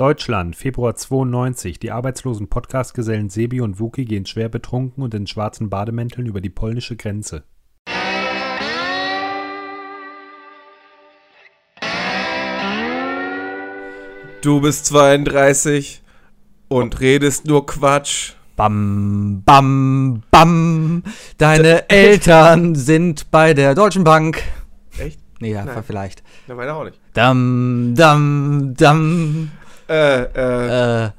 Deutschland, Februar 92. Die arbeitslosen Podcast-Gesellen Sebi und Wuki gehen schwer betrunken und in schwarzen Bademänteln über die polnische Grenze. Du bist 32 und redest nur Quatsch. Bam, bam, bam. Deine Eltern sind bei der Deutschen Bank. Echt? Nee, ja, Nein. vielleicht. Na, meine auch nicht. Dam, dam, dam. Äh, äh, Äh,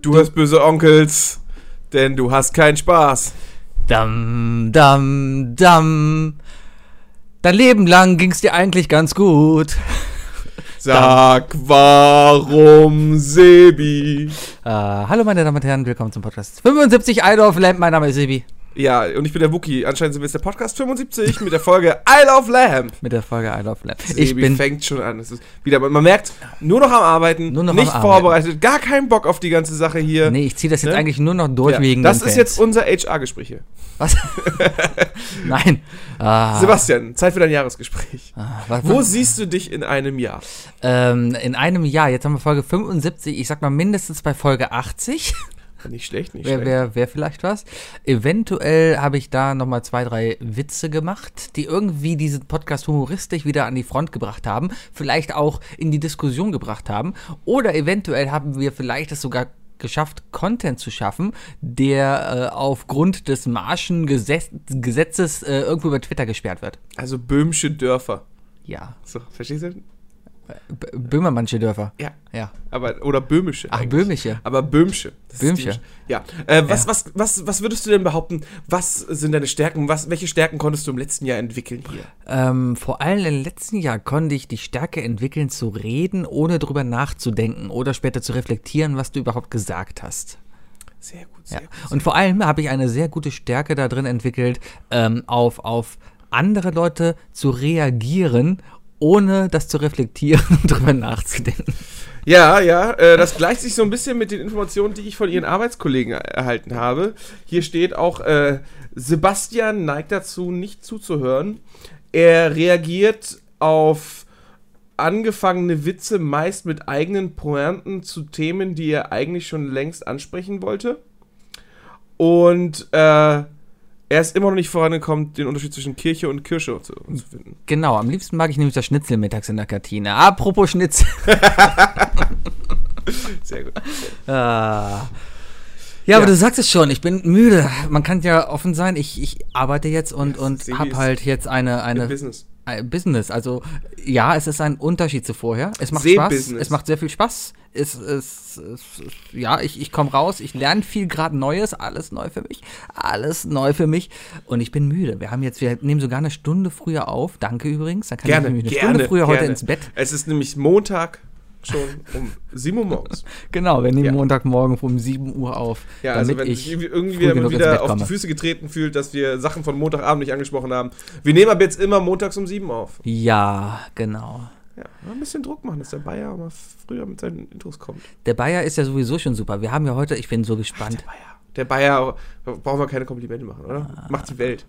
du hast böse Onkels, denn du hast keinen Spaß. dam, dam, dam. Dein Leben lang ging's dir eigentlich ganz gut. Sag warum, Sebi. Äh, hallo, meine Damen und Herren, willkommen zum Podcast 75 Idolf Lamp. Mein Name ist Sebi. Ja, und ich bin der Wookie. Anscheinend sind wir jetzt der Podcast 75 mit der Folge I Love Lamb. Mit der Folge Idolf Lamp. Ich Sebi bin. fängt schon an. Es ist wieder, man merkt, nur noch am Arbeiten, Nur noch am nicht Arbeiten. vorbereitet, gar keinen Bock auf die ganze Sache hier. Nee, ich ziehe das jetzt Ne? eigentlich nur noch durch Ja, wegen das den ist Fans. jetzt unser HR-Gespräch hier. Was? Nein. Ah, Sebastian, Zeit für dein Jahresgespräch. ah, was, Wo siehst du dich in einem Jahr? Ähm, in einem Jahr, jetzt haben wir Folge 75, ich sag mal mindestens bei Folge 80, Nicht schlecht, nicht wäre schlecht. wär, wär vielleicht was. Eventuell habe ich da nochmal zwei, drei Witze gemacht, die irgendwie diesen Podcast humoristisch wieder an die Front gebracht haben, vielleicht auch in die Diskussion gebracht haben. Oder eventuell haben wir vielleicht es sogar geschafft, Content zu schaffen, der äh, aufgrund des Marschen Gesetz Gesetzes äh, irgendwo über Twitter gesperrt wird. Also böhmische Dörfer. Ja, So, verstehst du? B Böhmermannsche Dörfer. Ja. Ja. Aber, oder böhmische. Ach, eigentlich. böhmische. Aber böhmische. Das ist Böhmische. die- Ja. Äh, was, Was, was, was würdest du denn behaupten? Was sind deine Stärken? Was, welche Stärken konntest du im letzten Jahr entwickeln hier? Ähm, vor allem im letzten Jahr konnte ich die Stärke entwickeln, zu reden, ohne drüber nachzudenken oder später zu reflektieren, was du überhaupt gesagt hast. Sehr gut, Ja. sehr gut. Und vor allem habe ich eine sehr gute Stärke da drin entwickelt, ähm, auf, auf andere Leute zu reagieren, ohne das zu reflektieren und drüber nachzudenken. Ja, ja, äh, das gleicht sich so ein bisschen mit den Informationen, die ich von Ihren Arbeitskollegen er- erhalten habe. Hier steht auch, äh, Sebastian neigt dazu, nicht zuzuhören. Er reagiert auf angefangene Witze meist mit eigenen Pointen zu Themen, die er eigentlich schon längst ansprechen wollte. Und äh, er ist immer noch nicht vorangekommen, den Unterschied zwischen Kirche und Kirche zu, zu finden. Genau, am liebsten mag ich nämlich das Schnitzel mittags in der Kantine. Apropos Schnitzel. Sehr gut. Ah. Ja, Ja. aber du sagst es schon, ich bin müde. Man kann ja offen sein, ich, ich arbeite jetzt und, und Sebi habe ist halt jetzt eine, Im eine Business. ein Business. Also ja, es ist ein Unterschied zu vorher. Es macht Spaß, Sehbusiness. es macht sehr viel Spaß. Es, es, es, es ja, ich, ich komme raus, ich lerne viel gerade Neues, alles neu für mich, alles neu für mich. Und ich bin müde. Wir haben jetzt, wir nehmen sogar eine Stunde früher auf. Danke übrigens. Dann kann Gerne, ich nämlich eine gerne, Stunde früher heute gerne. ins Bett. Es ist nämlich Montag schon um 7 Uhr morgens. Genau, wir nehmen Ja. Montagmorgen um 7 Uhr auf. Ja, also damit wenn ich sich irgendwie, irgendwie früh wieder- genug ins Bett wieder auf komme. die Füße getreten fühlt, dass wir Sachen von Montagabend nicht angesprochen haben. Wir nehmen ab jetzt immer montags um 7 auf. Ja, genau. Ja, mal ein bisschen Druck machen, dass der Bayer mal früher mit seinen Intros kommt. Der Bayer ist ja sowieso schon super. Wir haben ja heute, ich bin so gespannt. Bayer. Der Bayer, brauchen wir keine Komplimente machen, oder? Ah. Macht die Welt.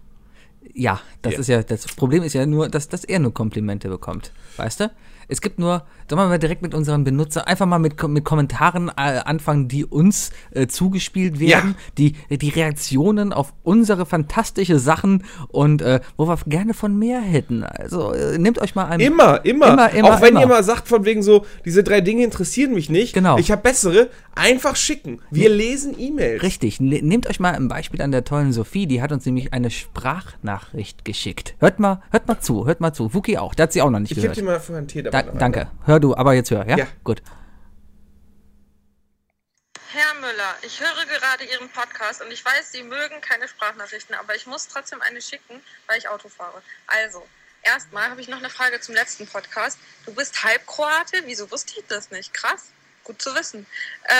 Ja, das Ja. ist ja, das Problem ist ja nur, dass, dass er nur Komplimente bekommt. Weißt du? Es gibt nur, sollen wir mal direkt mit unseren Benutzern, einfach mal mit, Kom- mit Kommentaren äh, anfangen, die uns äh, zugespielt werden, die, die Reaktionen auf unsere fantastische Sachen und äh, wo wir gerne von mehr hätten. Also äh, nehmt euch mal einen. Immer, immer. Immer, immer, Auch wenn immer. ihr mal sagt, von wegen so, diese drei Dinge interessieren mich nicht. Genau. Ich habe bessere. Einfach schicken. Wir lesen E-Mails. Richtig, Ne- nehmt euch mal ein Beispiel an der tollen Sophie, die hat uns nämlich eine Sprachnachricht geschickt. Hört mal, hört mal zu, hört mal zu. Wuki auch, der hat sie auch noch nicht Ich gebe gehört. dir mal vorher einen Tee dabei. Da, noch ein. danke. Hör du, aber jetzt hör, ja? Ja. Gut. Herr Müller, ich höre gerade Ihren Podcast und ich weiß, Sie mögen keine Sprachnachrichten, aber ich muss trotzdem eine schicken, weil ich Auto fahre. Also, erstmal habe ich noch eine Frage zum letzten Podcast. Du bist Halbkroate? Wieso wusste ich das nicht? Krass, gut zu wissen.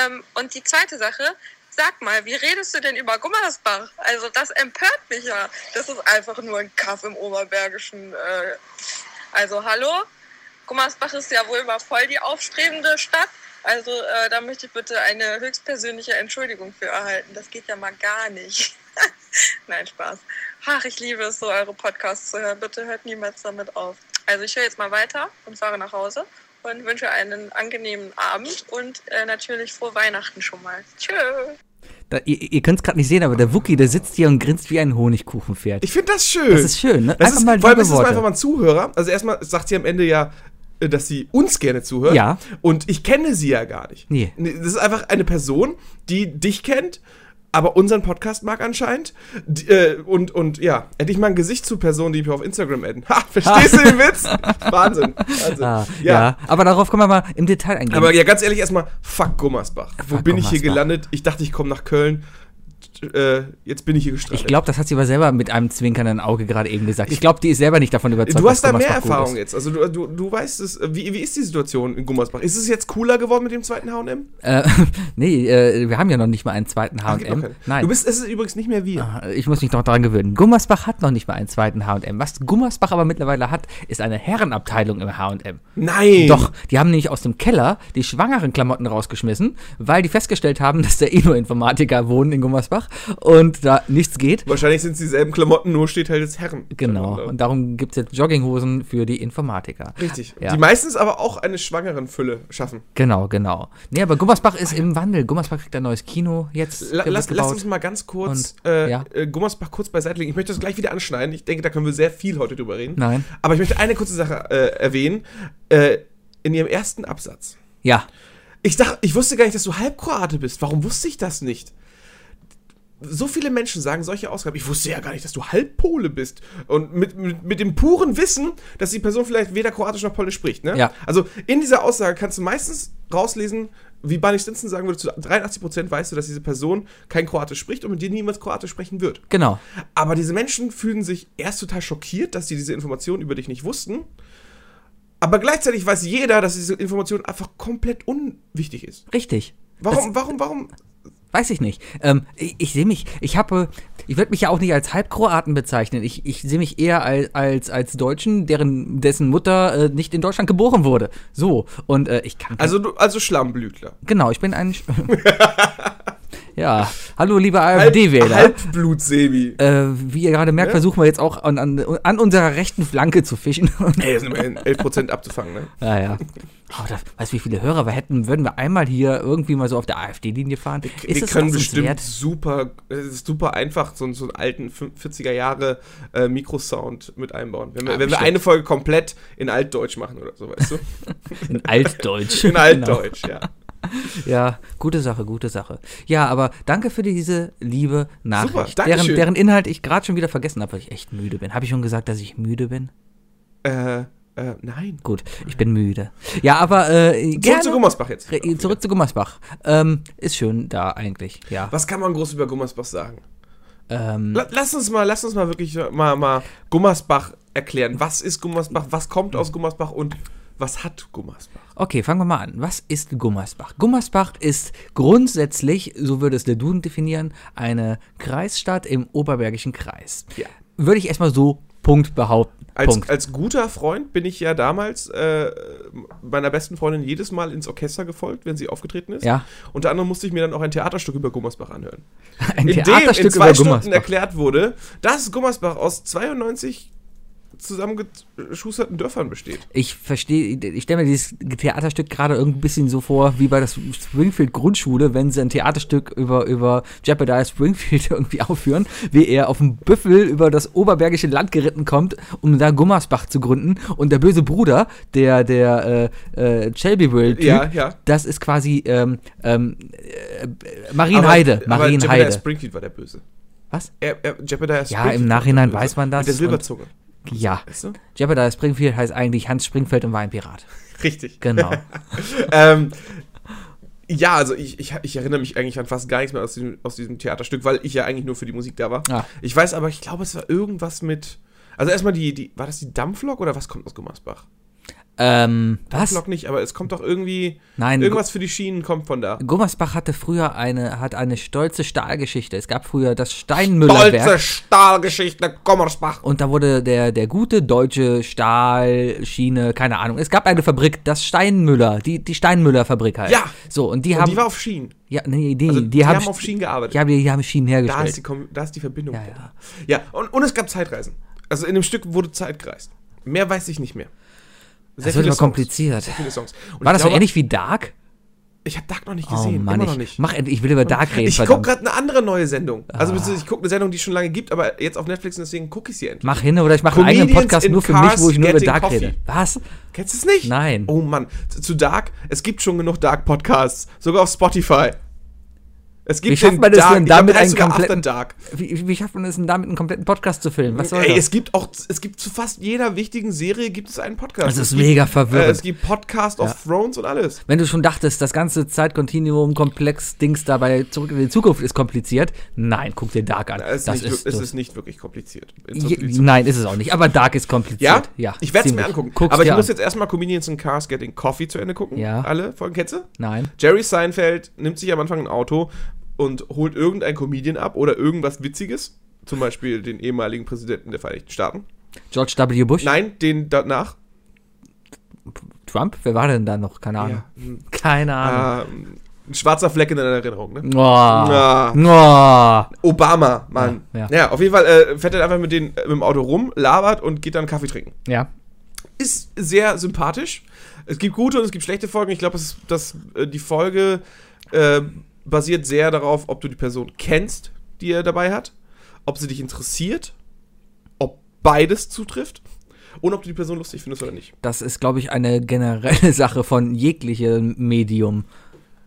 Ähm, und die zweite Sache, sag mal, wie redest du denn über Gummersbach? Also, das empört mich ja. Das ist einfach nur ein Kaff im Oberbergischen. Äh, also, hallo? Gummersbach ist ja wohl mal voll die aufstrebende Stadt. Also äh, da möchte ich bitte eine höchstpersönliche Entschuldigung für erhalten. Das geht ja mal gar nicht. Nein, Spaß. Ach, ich liebe es so, eure Podcasts zu hören. Bitte hört niemals damit auf. Also ich höre jetzt mal weiter und fahre nach Hause und wünsche einen angenehmen Abend und äh, natürlich frohe Weihnachten schon mal. Tschö. Da, ihr ihr könnt es gerade nicht sehen, aber der Wookie, der sitzt hier und grinst wie ein Honigkuchenpferd. Ich finde das schön. Das ist schön, ne? Das Einfach ist, mal vor allem liebe ist es Worte. einfach mal ein Zuhörer. Also erstmal sagt sie am Ende ja, äh, dass sie uns gerne zuhört. Ja. Und ich kenne sie ja gar nicht. Nee. Das ist einfach eine Person, die dich kennt, aber unseren Podcast mag anscheinend. Die, äh, und, und ja, endlich mal ein Gesicht zu Personen, die mich auf Instagram adden. Ha, verstehst du den Witz? Wahnsinn. Wahnsinn. ah, ja. aber darauf können wir mal im Detail eingehen. Aber ja, ganz ehrlich, erstmal, fuck Gummersbach. Wo Fuck bin ich hier Gummersbach. gelandet? Ich dachte, ich komme nach Köln. Äh, jetzt bin ich hier gestrandet. ich glaube, das hat sie aber selber mit einem zwinkernden Auge gerade eben gesagt. Ich glaube, die ist selber nicht davon überzeugt. Du hast da dass mehr Thomas Bach Erfahrung gut ist. jetzt. Also du, du, du weißt es. Wie, wie ist die Situation in Gummersbach? Ist es jetzt cooler geworden mit dem zweiten H&M? Äh, nee, äh, wir haben ja noch nicht mal einen zweiten Ah, gibt noch H&M. keinen. Nein. Du bist, es ist übrigens nicht mehr wir. Ah, Ich muss mich noch daran gewöhnen. Gummersbach hat noch nicht mal einen zweiten H&M. Was Gummersbach aber mittlerweile hat, ist eine Herrenabteilung im H&M. Nein. Doch, die haben nämlich aus dem Keller die schwangeren Klamotten rausgeschmissen, weil die festgestellt haben, dass der Eno-Informatiker wohnt in Gummersbach und da nichts geht. Wahrscheinlich sind es dieselben Klamotten, nur steht halt jetzt Herren. Genau, und darum gibt es jetzt Jogginghosen für die Informatiker. Richtig. Ja. Die meistens aber auch eine schwangeren Fülle schaffen. Genau, genau. Nee, aber Gummersbach ist im Wandel. Gummersbach kriegt ein neues Kino jetzt. La, wird lass, lass gebaut. uns mal ganz kurz Und, äh, ja. äh, Gummersbach kurz beiseite legen. Ich möchte das gleich wieder anschneiden. Ich denke, da können wir sehr viel heute drüber reden. Nein. Aber ich möchte eine kurze Sache äh, erwähnen. Äh, in ihrem ersten Absatz. Ja, Ich dachte, ich wusste gar nicht, dass du Halbkroate bist. Warum wusste ich das nicht? So viele Menschen sagen solche Ausgaben. Ich wusste ja gar nicht, dass du Halbpole bist. Und mit, mit, mit dem puren Wissen, dass die Person vielleicht weder Kroatisch noch Polnisch spricht. Ne? Ja. Also in dieser Aussage kannst du meistens rauslesen, wie Barney Stinson sagen würde, zu 83% weißt du, dass diese Person kein Kroatisch spricht und mit dir niemals Kroatisch sprechen wird. genau. Aber diese Menschen fühlen sich erst total schockiert, dass sie diese Informationen über dich nicht wussten. Aber gleichzeitig weiß jeder, dass diese Information einfach komplett unwichtig ist. Richtig. Warum, warum, warum? Weiß ich nicht. Ähm, ich ich sehe mich, ich habe, ich würde mich ja auch nicht als Halbkroaten bezeichnen. Ich, ich sehe mich eher als, als, als Deutschen, deren, dessen Mutter äh, nicht in Deutschland geboren wurde. So. Und äh, ich kann. Also, du, also Schlammblütler. genau, ich bin ein. Sch- ja. Hallo, lieber Halb- AfD-Wähler. Halbblut-Sebi. Äh, wie ihr gerade merkt, Ja. versuchen wir jetzt auch an, an, an unserer rechten Flanke zu fischen. Ey, das sind immerhin 11% abzufangen, ne? ja, ja. Oh, da, weißt du, wie viele Hörer wir hätten, würden wir einmal hier irgendwie mal so auf der AfD-Linie fahren? Wir können das uns bestimmt wert? super, es ist super einfach, so, einen- so einen alten 40er Jahre äh, Mikrosound mit einbauen. Wenn wir, wenn wir bestimmt. eine Folge komplett in Altdeutsch machen oder so, weißt du? In Altdeutsch. Genau. In Altdeutsch, ja. Ja, gute Sache, gute Sache. Ja, aber danke für diese liebe Super, Nachricht, Dankeschön. deren, deren Inhalt ich gerade schon wieder vergessen habe, weil ich echt müde bin. Habe ich schon gesagt, dass ich müde bin? Äh, äh, nein. Gut, ich bin müde. Ja, aber äh, Zurück gerne, zu Gummersbach jetzt. Re- zurück zu Gummersbach. Ähm, ist schön da eigentlich, ja. Was kann man groß über Gummersbach sagen? Ähm, La- Lass uns mal, lass uns mal wirklich mal, mal Gummersbach erklären. Was ist Gummersbach? Was kommt aus Gummersbach und was hat Gummersbach? Okay, fangen wir mal an. Was ist Gummersbach? Gummersbach ist grundsätzlich, so würde es der Duden definieren, eine Kreisstadt im Oberbergischen Kreis. Ja. Würde ich erstmal so Punkt behaupten. Als, Punkt. als guter Freund bin ich ja damals äh, meiner besten Freundin jedes Mal ins Orchester gefolgt, wenn sie aufgetreten ist. Ja. Unter anderem musste ich mir dann auch ein Theaterstück über Gummersbach anhören. in Ein dem in Theaterstück zwei über Stunden Gummersbach. erklärt wurde, dass Gummersbach aus 92 zusammengeschusterten Dörfern besteht. Ich verstehe, ich stelle mir dieses Theaterstück gerade irgendwie ein bisschen so vor, wie bei der Springfield Grundschule, wenn sie ein Theaterstück über, über Jeopardy Springfield irgendwie aufführen, wie er auf dem Büffel über das oberbergische Land geritten kommt, um da Gummersbach zu gründen. Und der böse Bruder, der, der äh, äh, Shelbyville-Typ, Ja, ja. das ist quasi ähm, ähm, äh, Marienheide. Aber, aber Jebediah Marienheide. Springfield war der Böse. Was? Er, er, Jebediah Springfield Ja, im war der Nachhinein Böse. weiß man das. Mit der und- Silberzunge. Ja. Weißt du? Jeopardy Springfield heißt eigentlich Hans Springfeld und war ein Pirat. Richtig. Genau. ähm, ja, also ich, ich, ich erinnere mich eigentlich an fast gar nichts mehr aus diesem, aus diesem Theaterstück, weil ich ja eigentlich nur für die Musik da war. Ah. Ich weiß aber, ich glaube, es war irgendwas mit. Also erstmal die, die. War das die Dampflok oder was kommt aus Gummersbach? ähm, was? Dampflok nicht, aber es kommt doch irgendwie. Nein, Irgendwas für die Schienen kommt von da. Gummersbach hatte früher eine, hat eine stolze Stahlgeschichte. Es gab früher das Stolze Steinmüllerwerk. Stahlgeschichte Gummersbach. Und da wurde der, der gute deutsche Stahlschiene, keine Ahnung. Es gab eine Fabrik, das Steinmüller, die, die Steinmüller-Fabrik halt. Ja. So, und die Und haben. die war auf Schienen. ja, nee, die, Also die, die haben, haben auf Schienen gearbeitet. Ja, die, die haben Schienen Da ist, die, hergestellt. Kom- da ist die Verbindung. Ja, ja. ja und, und es gab Zeitreisen. Also in dem Stück wurde Zeit gereist. Mehr weiß ich nicht mehr. Das wird viele aber Songs. kompliziert. Sehr viele Songs. Und War ich das so glaube- ähnlich wie Dark? Ich habe Dark noch nicht Oh gesehen. Mann, immer noch ich, nicht. mach, endlich- ich will über Dark reden, Ich gucke verdammt. Ah. gerade eine andere neue Sendung. Also beziehungsweise ich gucke eine Sendung, die es schon lange gibt, aber jetzt auf Netflix und deswegen gucke ich sie endlich. Mach hin oder ich mache einen eigenen Comedians Podcast in nur für mich, wo Cars ich nur über Getting Dark Coffee. rede. Was? Kennst du es nicht? Nein. Oh Mann, zu, zu Dark, es gibt schon genug Dark-Podcasts, sogar auf Spotify. Es gibt Wie schafft den man das Dark, denn, ich glaub, damit der heißt einen sogar kompletten- After Dark. Wie, wie schafft man es denn damit, einen kompletten Podcast zu filmen? Was soll Ey, das? es gibt auch, es gibt zu fast jeder wichtigen Serie gibt es einen Podcast. Das ist es gibt, mega Äh, es verwirrend. gibt Podcast of Thrones und alles. Wenn du schon dachtest, das ganze Zeitkontinuum, komplex Dings dabei zurück in die Zukunft ist kompliziert, nein, guck dir Dark an. Es ist, das nicht, ist, wir- es das ist nicht wirklich kompliziert. In so Je, viel zu- nein, ist es auch nicht. Aber Dark ist ja? kompliziert. Ja, ich werde es mir ziemlich. angucken. Guck's Aber ich dir muss an. jetzt erstmal Comedians in Cars Getting Coffee zu Ende gucken. Ja. Alle Folgen, kennst du? Nein. Jerry Seinfeld nimmt sich am Anfang ein Auto und holt irgendein Comedian ab oder irgendwas Witziges. Zum Beispiel den ehemaligen Präsidenten der Vereinigten Staaten. George W. Bush? Nein, den danach. Trump? Wer war denn da noch? Keine Ahnung. Ja. Keine Ahnung. Ähm, ein schwarzer Fleck in deiner Erinnerung, ne? Noah. Ah. Noah. Obama, Mann. Ja, Ja, ja. auf jeden Fall äh, fährt er einfach mit, den, mit dem Auto rum, labert und geht dann Kaffee trinken. Ja. Ist sehr sympathisch. Es gibt gute und es gibt schlechte Folgen. Ich glaube, es ist- dass äh, die Folge äh, basiert sehr darauf, ob du die Person kennst, die er dabei hat, ob sie dich interessiert, ob beides zutrifft und ob du die Person lustig findest oder nicht. Das ist, glaube ich, eine generelle Sache von jeglichem Medium,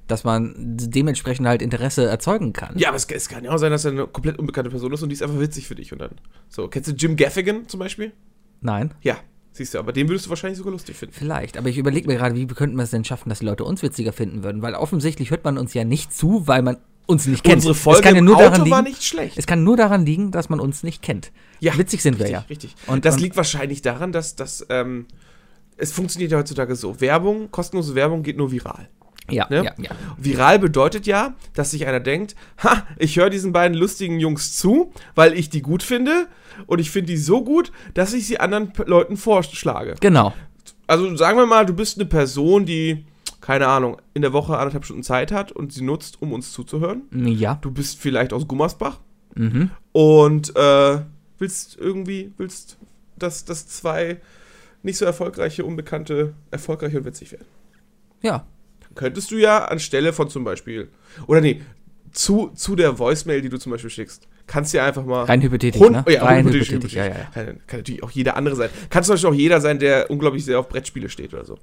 dass man dementsprechend halt Interesse erzeugen kann. Ja, aber es, es kann ja auch sein, dass er eine komplett unbekannte Person ist und die ist einfach witzig für dich. Und dann. So, kennst du Jim Gaffigan zum Beispiel? Nein. Ja, siehst du, aber den würdest du wahrscheinlich sogar lustig finden. Vielleicht, aber ich überlege mir gerade, wie könnten wir es denn schaffen, dass die Leute uns witziger finden würden, weil offensichtlich hört man uns ja nicht zu, weil man uns nicht kennt. Unsere Folge es kann ja im nur Auto daran liegen, war nicht schlecht. Es kann nur daran liegen, dass man uns nicht kennt. Witzig sind wir richtig, ja. Richtig. Und Und das und- liegt wahrscheinlich daran, dass das ähm, es funktioniert ja heutzutage so. Werbung, kostenlose Werbung geht nur viral. Ja, Ne? ja, ja. Viral bedeutet ja, dass sich einer denkt, ha, ich höre diesen beiden lustigen Jungs zu, weil ich die gut finde und ich finde die so gut, dass ich sie anderen P Leuten vorschlage. Genau. Also sagen wir mal, du bist eine Person, die keine Ahnung, in der Woche anderthalb Stunden Zeit hat und sie nutzt, um uns zuzuhören. Ja. Du bist vielleicht aus Gummersbach Mhm. und äh, willst irgendwie, willst, dass, dass zwei nicht so erfolgreiche, unbekannte, erfolgreich und witzig werden. Ja. Dann könntest du ja anstelle von zum Beispiel, oder nee, zu, zu der Voicemail, die du zum Beispiel schickst, kannst du ja einfach mal. Rein hypothetisch, Hund- oh ne? Ja, rein Rein hypothetisch, hypothetisch. hypothetisch, ja, ja, ja. Kann, kann natürlich auch jeder andere sein. Kann zum Beispiel auch jeder sein, der unglaublich sehr auf Brettspiele steht oder so.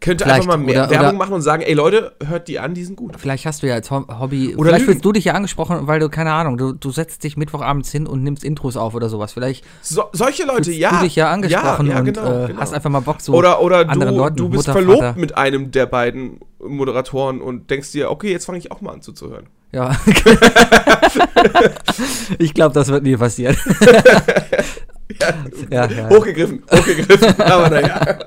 Könnte Mm. Vielleicht. einfach mal mehr Oder- oder- Werbung machen und sagen, ey Leute, hört die an, die sind gut. Vielleicht hast du ja als Ho- Hobby. Oder vielleicht Lügen. fühlst du dich ja angesprochen, weil du, keine Ahnung, du, du setzt dich Mittwochabends hin und nimmst Intros auf oder sowas. Vielleicht So, solche Leute, fühlst ja. du dich ja angesprochen ja, und genau, äh, genau. hast einfach mal Bock so oder oder anderen du, Leuten, du bist Mutter, verlobt Vater. mit einem der beiden Moderatoren und denkst dir, okay, jetzt fange ich auch mal an zuzuhören. Ja. ich glaube, das wird nie passieren. ja, ja. Hochgegriffen, hochgegriffen, aber naja.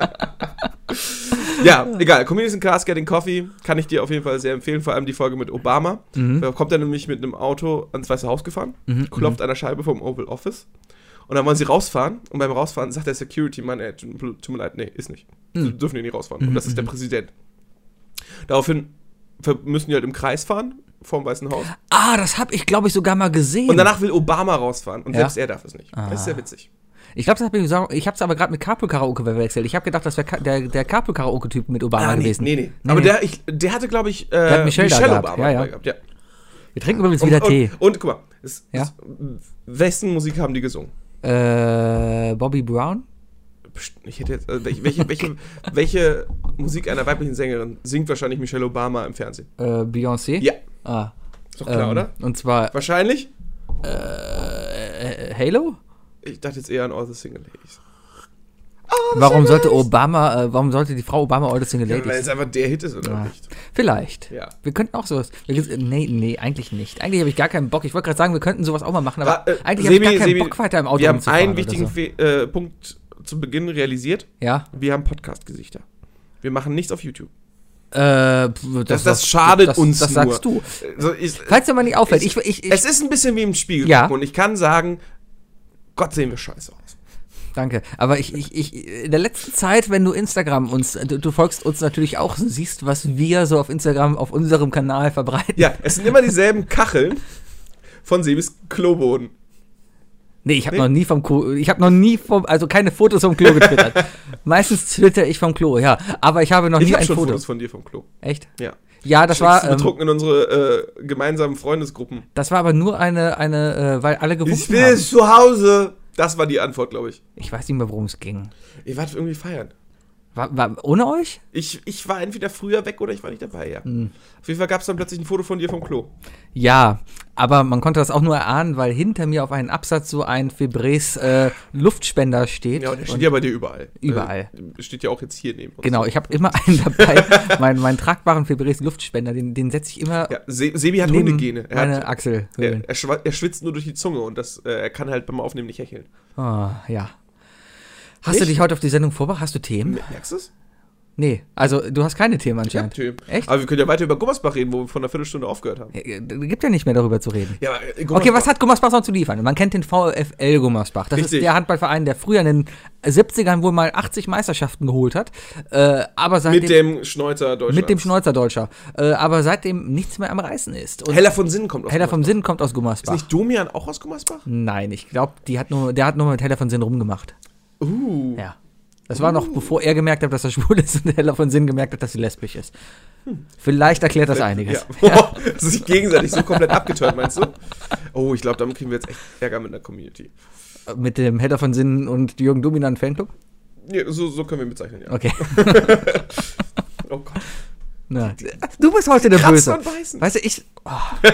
ja, egal. Comedians in Cars Getting Coffee kann ich dir auf jeden Fall sehr empfehlen, vor allem die Folge mit Obama. Mhm. Da kommt er nämlich mit einem Auto ans Weiße Haus gefahren, klopft mhm. an der Scheibe vom Oval Office und dann wollen sie rausfahren und beim Rausfahren sagt der Security-Mann, ey, tut tut mir leid, nee, ist nicht. Sie Mhm. dürfen hier nicht rausfahren. Und das ist der Präsident. Daraufhin ver- müssen die halt im Kreis fahren, vorm Weißen Haus. Ah, das habe ich, glaube ich, sogar mal gesehen. Und danach will Obama rausfahren und Ja. Ah. selbst er darf es nicht. Das ist sehr witzig. ich glaube, das habe ich gesagt. Ich habe es aber gerade mit Carpool Karaoke verwechselt. Ich habe gedacht, das wäre Ka der, der Carpool Karaoke Typ mit Obama Ah, nee, gewesen. nee, nee. Aber nee. der, ich, der hatte, glaube ich, äh, hat Michelle da gehabt, ja, ja. dabei gehabt. Ja. Wir trinken übrigens Und, wieder und, Tee. Und, guck mal, es, Ja. es, wessen Musik haben die gesungen? Äh, Bobby Brown? Psst, Ich hätte jetzt, also welche, welche, welche, welche Musik einer weiblichen Sängerin singt wahrscheinlich Michelle Obama im Fernsehen? Äh, Beyoncé? Ja, Ah, ist doch klar, ähm, oder? Und zwar Wahrscheinlich? äh, Halo? Ich dachte jetzt eher an All the Single Ladies. Warum sollte Obama, äh, warum sollte die Frau Obama All the Single Ja, weil Ladies? es einfach der Hit ist, oder nicht? Vielleicht. Ja. Wir könnten auch sowas. Wir, nee, nee, eigentlich nicht. Eigentlich habe ich gar keinen Bock. Ich wollte gerade sagen, wir könnten sowas auch mal machen, aber Ah, äh, eigentlich habe ich gar Sebi, keinen Sebi, Bock weiter im Auto Wir haben rumzufahren einen oder wichtigen so. Fe- äh, Punkt zu Beginn realisiert. Ja. Wir haben Podcast-Gesichter. Wir machen nichts auf YouTube. Äh, pf, Das, das, schadet das, uns Das nur. sagst du. Also ich, Falls dir mal nicht auffällt, ich, ich, ich, es ist ein bisschen wie im Spiegel Ja. gucken und ich kann sagen, Gott sehen wir scheiße aus. danke. Aber ich, ich, ich, in der letzten Zeit, wenn du Instagram uns, du, du folgst uns natürlich auch, siehst, was wir so auf Instagram, auf unserem Kanal verbreiten. Ja, es sind immer dieselben Kacheln von Sebis Kloboden. Nee, ich habe noch nie vom Klo, ich habe noch nie vom, also keine Fotos vom Klo getwittert. Meistens twitter ich vom Klo, ja. Aber ich habe noch nie hab ein schon Foto. Fotos von dir vom Klo. Echt? Ja. Ja, das war, ähm, Drucken in unsere äh, gemeinsamen Freundesgruppen. das war aber nur eine, eine, äh, weil alle Ich gewunken bin haben. jetzt zu Hause. Das war die Antwort, glaube ich. Ich weiß nicht mehr, worum es ging. Ihr wart irgendwie feiern. War, war ohne euch? Ich, ich war entweder früher weg oder ich war nicht dabei, ja. Hm. Auf jeden Fall gab es dann plötzlich ein Foto von dir vom Klo. Ja, aber man konnte das auch nur erahnen, weil hinter mir auf einem Absatz so ein Febrés äh, Luftspender steht. Ja, und der steht ja bei dir überall. Überall. Äh, steht ja auch jetzt hier neben uns. Genau, ich habe immer einen dabei, meinen, meinen tragbaren Febrés Luftspender, den, den setze ich immer Ja, Se Sebi hat neben Hundegene. Er, meine hat, Achselhöhlen. er, er, schwa- er schwitzt nur durch die Zunge und das, äh, er kann halt beim Aufnehmen nicht hecheln. Ah, ja. Hast du Nicht? dich heute auf die Sendung vorbereitet? Hast du Themen? Merkst du es? Nee, also du hast keine Themen Ja, anscheinend. Typ. Echt? Aber wir können ja weiter über Gummersbach reden, wo wir vor einer Viertelstunde aufgehört haben. Äh, Gibt ja nicht mehr darüber zu reden. Ja, aber, äh, Okay, Gummersbach- was hat Gummersbach noch zu liefern? Man kennt den VfL Gummersbach. Das Richtig. ist der Handballverein, der früher in den 70ern wohl mal 80 Meisterschaften geholt hat. Äh, aber seitdem, mit dem Schneuzer Deutschland. mit dem Schneuzerdeutscher. Äh, aber seitdem nichts mehr am Reißen ist. Und Heller von Sinnen kommt aus Heller vom Gummersbach. Sinn kommt aus Gummersbach. Ist nicht Domian auch aus Gummersbach? Nein, ich glaube, hat nur, der hat nur mal mit Heller von Sinn rumgemacht. Uh. Ja. Das war noch, bevor er gemerkt hat, dass er schwul ist und Heller von Sinn gemerkt hat, dass sie lesbisch ist. Hm. Vielleicht erklärt das einiges. Ja. Boah, sich gegenseitig so komplett abgetört, meinst du? Oh, ich glaube, damit kriegen wir jetzt echt Ärger mit der Community. Mit dem Heller von Sinn und Jürgen Dominan Fanclub? Ja, so, so können wir ihn bezeichnen, ja. Okay. Oh Gott. Na, du bist heute der Kratzen Böse. und beißen. Weißt du, ich. Oh.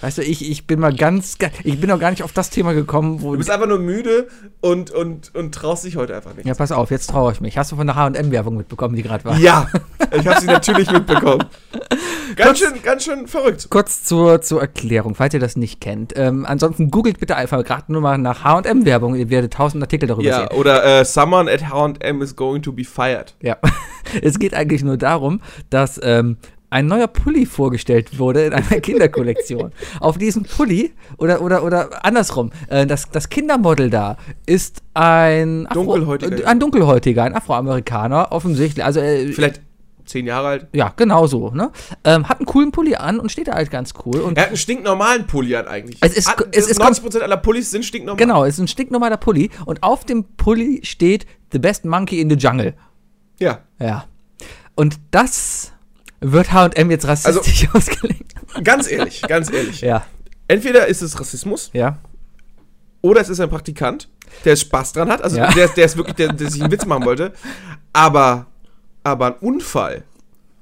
weißt du, ich, ich bin mal ganz. ga- Ich bin noch gar nicht auf das Thema gekommen, wo. Du bist einfach nur müde und, und, und traust dich heute einfach nicht. Ja, pass auf, jetzt traue ich mich. Hast du von der HM-Werbung mitbekommen, die gerade war? Ja, ich habe sie natürlich mitbekommen. Ganz schön, ganz schön verrückt. Kurz zur, zur Erklärung, falls ihr das nicht kennt. Ähm, ansonsten googelt bitte einfach gerade nur mal nach HM-Werbung. Ihr werdet tausend Artikel darüber sehen. Ja, oder äh, someone at H&M is going to be fired. Ja, es geht eigentlich nur darum, dass ähm, ein neuer Pulli vorgestellt wurde in einer Kinderkollektion. Auf diesem Pulli oder oder oder andersrum, äh, das, das Kindermodel da ist ein Dunkelhäutiger. äh, ein dunkelhäutiger, ein Afroamerikaner offensichtlich. Also äh, Vielleicht zehn Jahre alt. ja, genau so. Ne? Ähm, hat einen coolen Pulli an und steht da halt ganz cool und Er hat einen stinknormalen Pulli an eigentlich. Es ist- Ah, es ist- 90% aller Pullis sind stinknormal. genau, ist ein stinknormaler Pulli und auf dem Pulli steht The Best Monkey in the Jungle. Ja. Ja. Und das wird H&M jetzt rassistisch Also ausgelegt. Ganz ehrlich, ganz ehrlich. Ja, Entweder ist es Rassismus ja. oder es ist ein Praktikant, der Spaß dran hat, also Ja. der, der ist wirklich, der, der sich einen Witz machen wollte, aber, aber ein Unfall,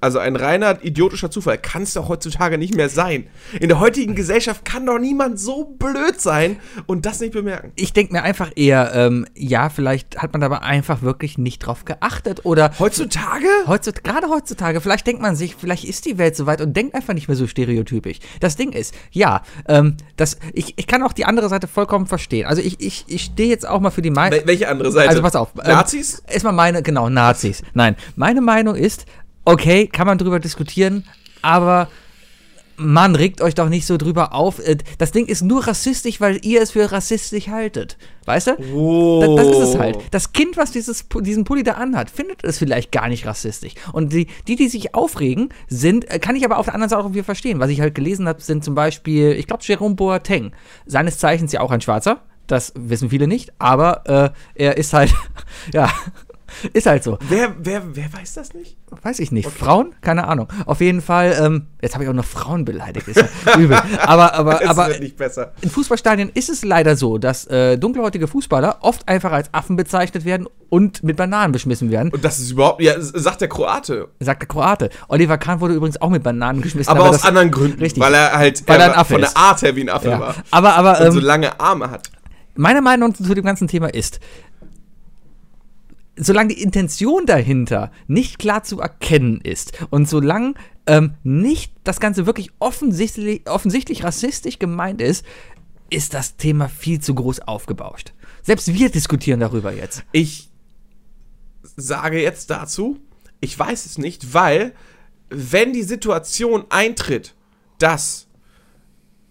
also ein reiner idiotischer Zufall, kann es doch heutzutage nicht mehr sein. In der heutigen Gesellschaft kann doch niemand so blöd sein und das nicht bemerken. ich denke mir einfach eher, ähm, ja, vielleicht hat man dabei einfach wirklich nicht drauf geachtet oder Heutzutage? heutzutage, gerade heutzutage, vielleicht denkt man sich, vielleicht ist die Welt so weit und denkt einfach nicht mehr so stereotypisch. Das Ding ist, ja, ähm, das, ich, ich kann auch die andere Seite vollkommen verstehen. Also ich, ich, ich stehe jetzt auch mal für die Meinung. Wel welche andere Seite? Also pass auf. ähm, Nazis? Erstmal meine, genau, Nazis. Nein, meine Meinung ist, okay, kann man drüber diskutieren, aber Mann, regt euch doch nicht so drüber auf. Äh, Das Ding ist nur rassistisch, weil ihr es für rassistisch haltet. Weißt du? Da- Das ist es halt. Oh. Das Kind, was dieses, Pu- diesen Pulli da anhat, findet es vielleicht gar nicht rassistisch. Und die, die, die sich aufregen, sind, äh, kann ich aber auf der anderen Seite auch wieder verstehen. Was ich halt gelesen habe, sind zum Beispiel, ich glaube, Jerome Boateng. Seines Zeichens ja auch ein Schwarzer. Das wissen viele nicht, aber äh, er ist halt, ja, ist halt so. Wer, wer, wer weiß das nicht? Weiß ich nicht. Frauen? Keine Ahnung. Auf jeden Fall, ähm, jetzt habe ich auch noch Frauen beleidigt. Ist ja übel. Aber, aber, Es aber wird nicht besser. in Fußballstadien ist es leider so, dass äh, dunkelhäutige Fußballer oft einfach als Affen bezeichnet werden und mit Bananen beschmissen werden. Und das ist überhaupt, ja, s- sagt der Kroate. Sagt der Kroate. Oliver Kahn wurde übrigens auch mit Bananen geschmissen. Aber, aus das- anderen Gründen. Richtig. Weil er halt Weil er ein war- Affe von ist. der Art her wie ein Affe ja. war. Aber, aber Und so ähm, lange Arme hat. meine Meinung zu dem ganzen Thema ist, solange die Intention dahinter nicht klar zu erkennen ist und solange ähm, nicht das Ganze wirklich offensichtlich, offensichtlich rassistisch gemeint ist, ist das Thema viel zu groß aufgebauscht. Selbst wir diskutieren darüber jetzt. Ich sage jetzt dazu, ich weiß es nicht, weil wenn die Situation eintritt, dass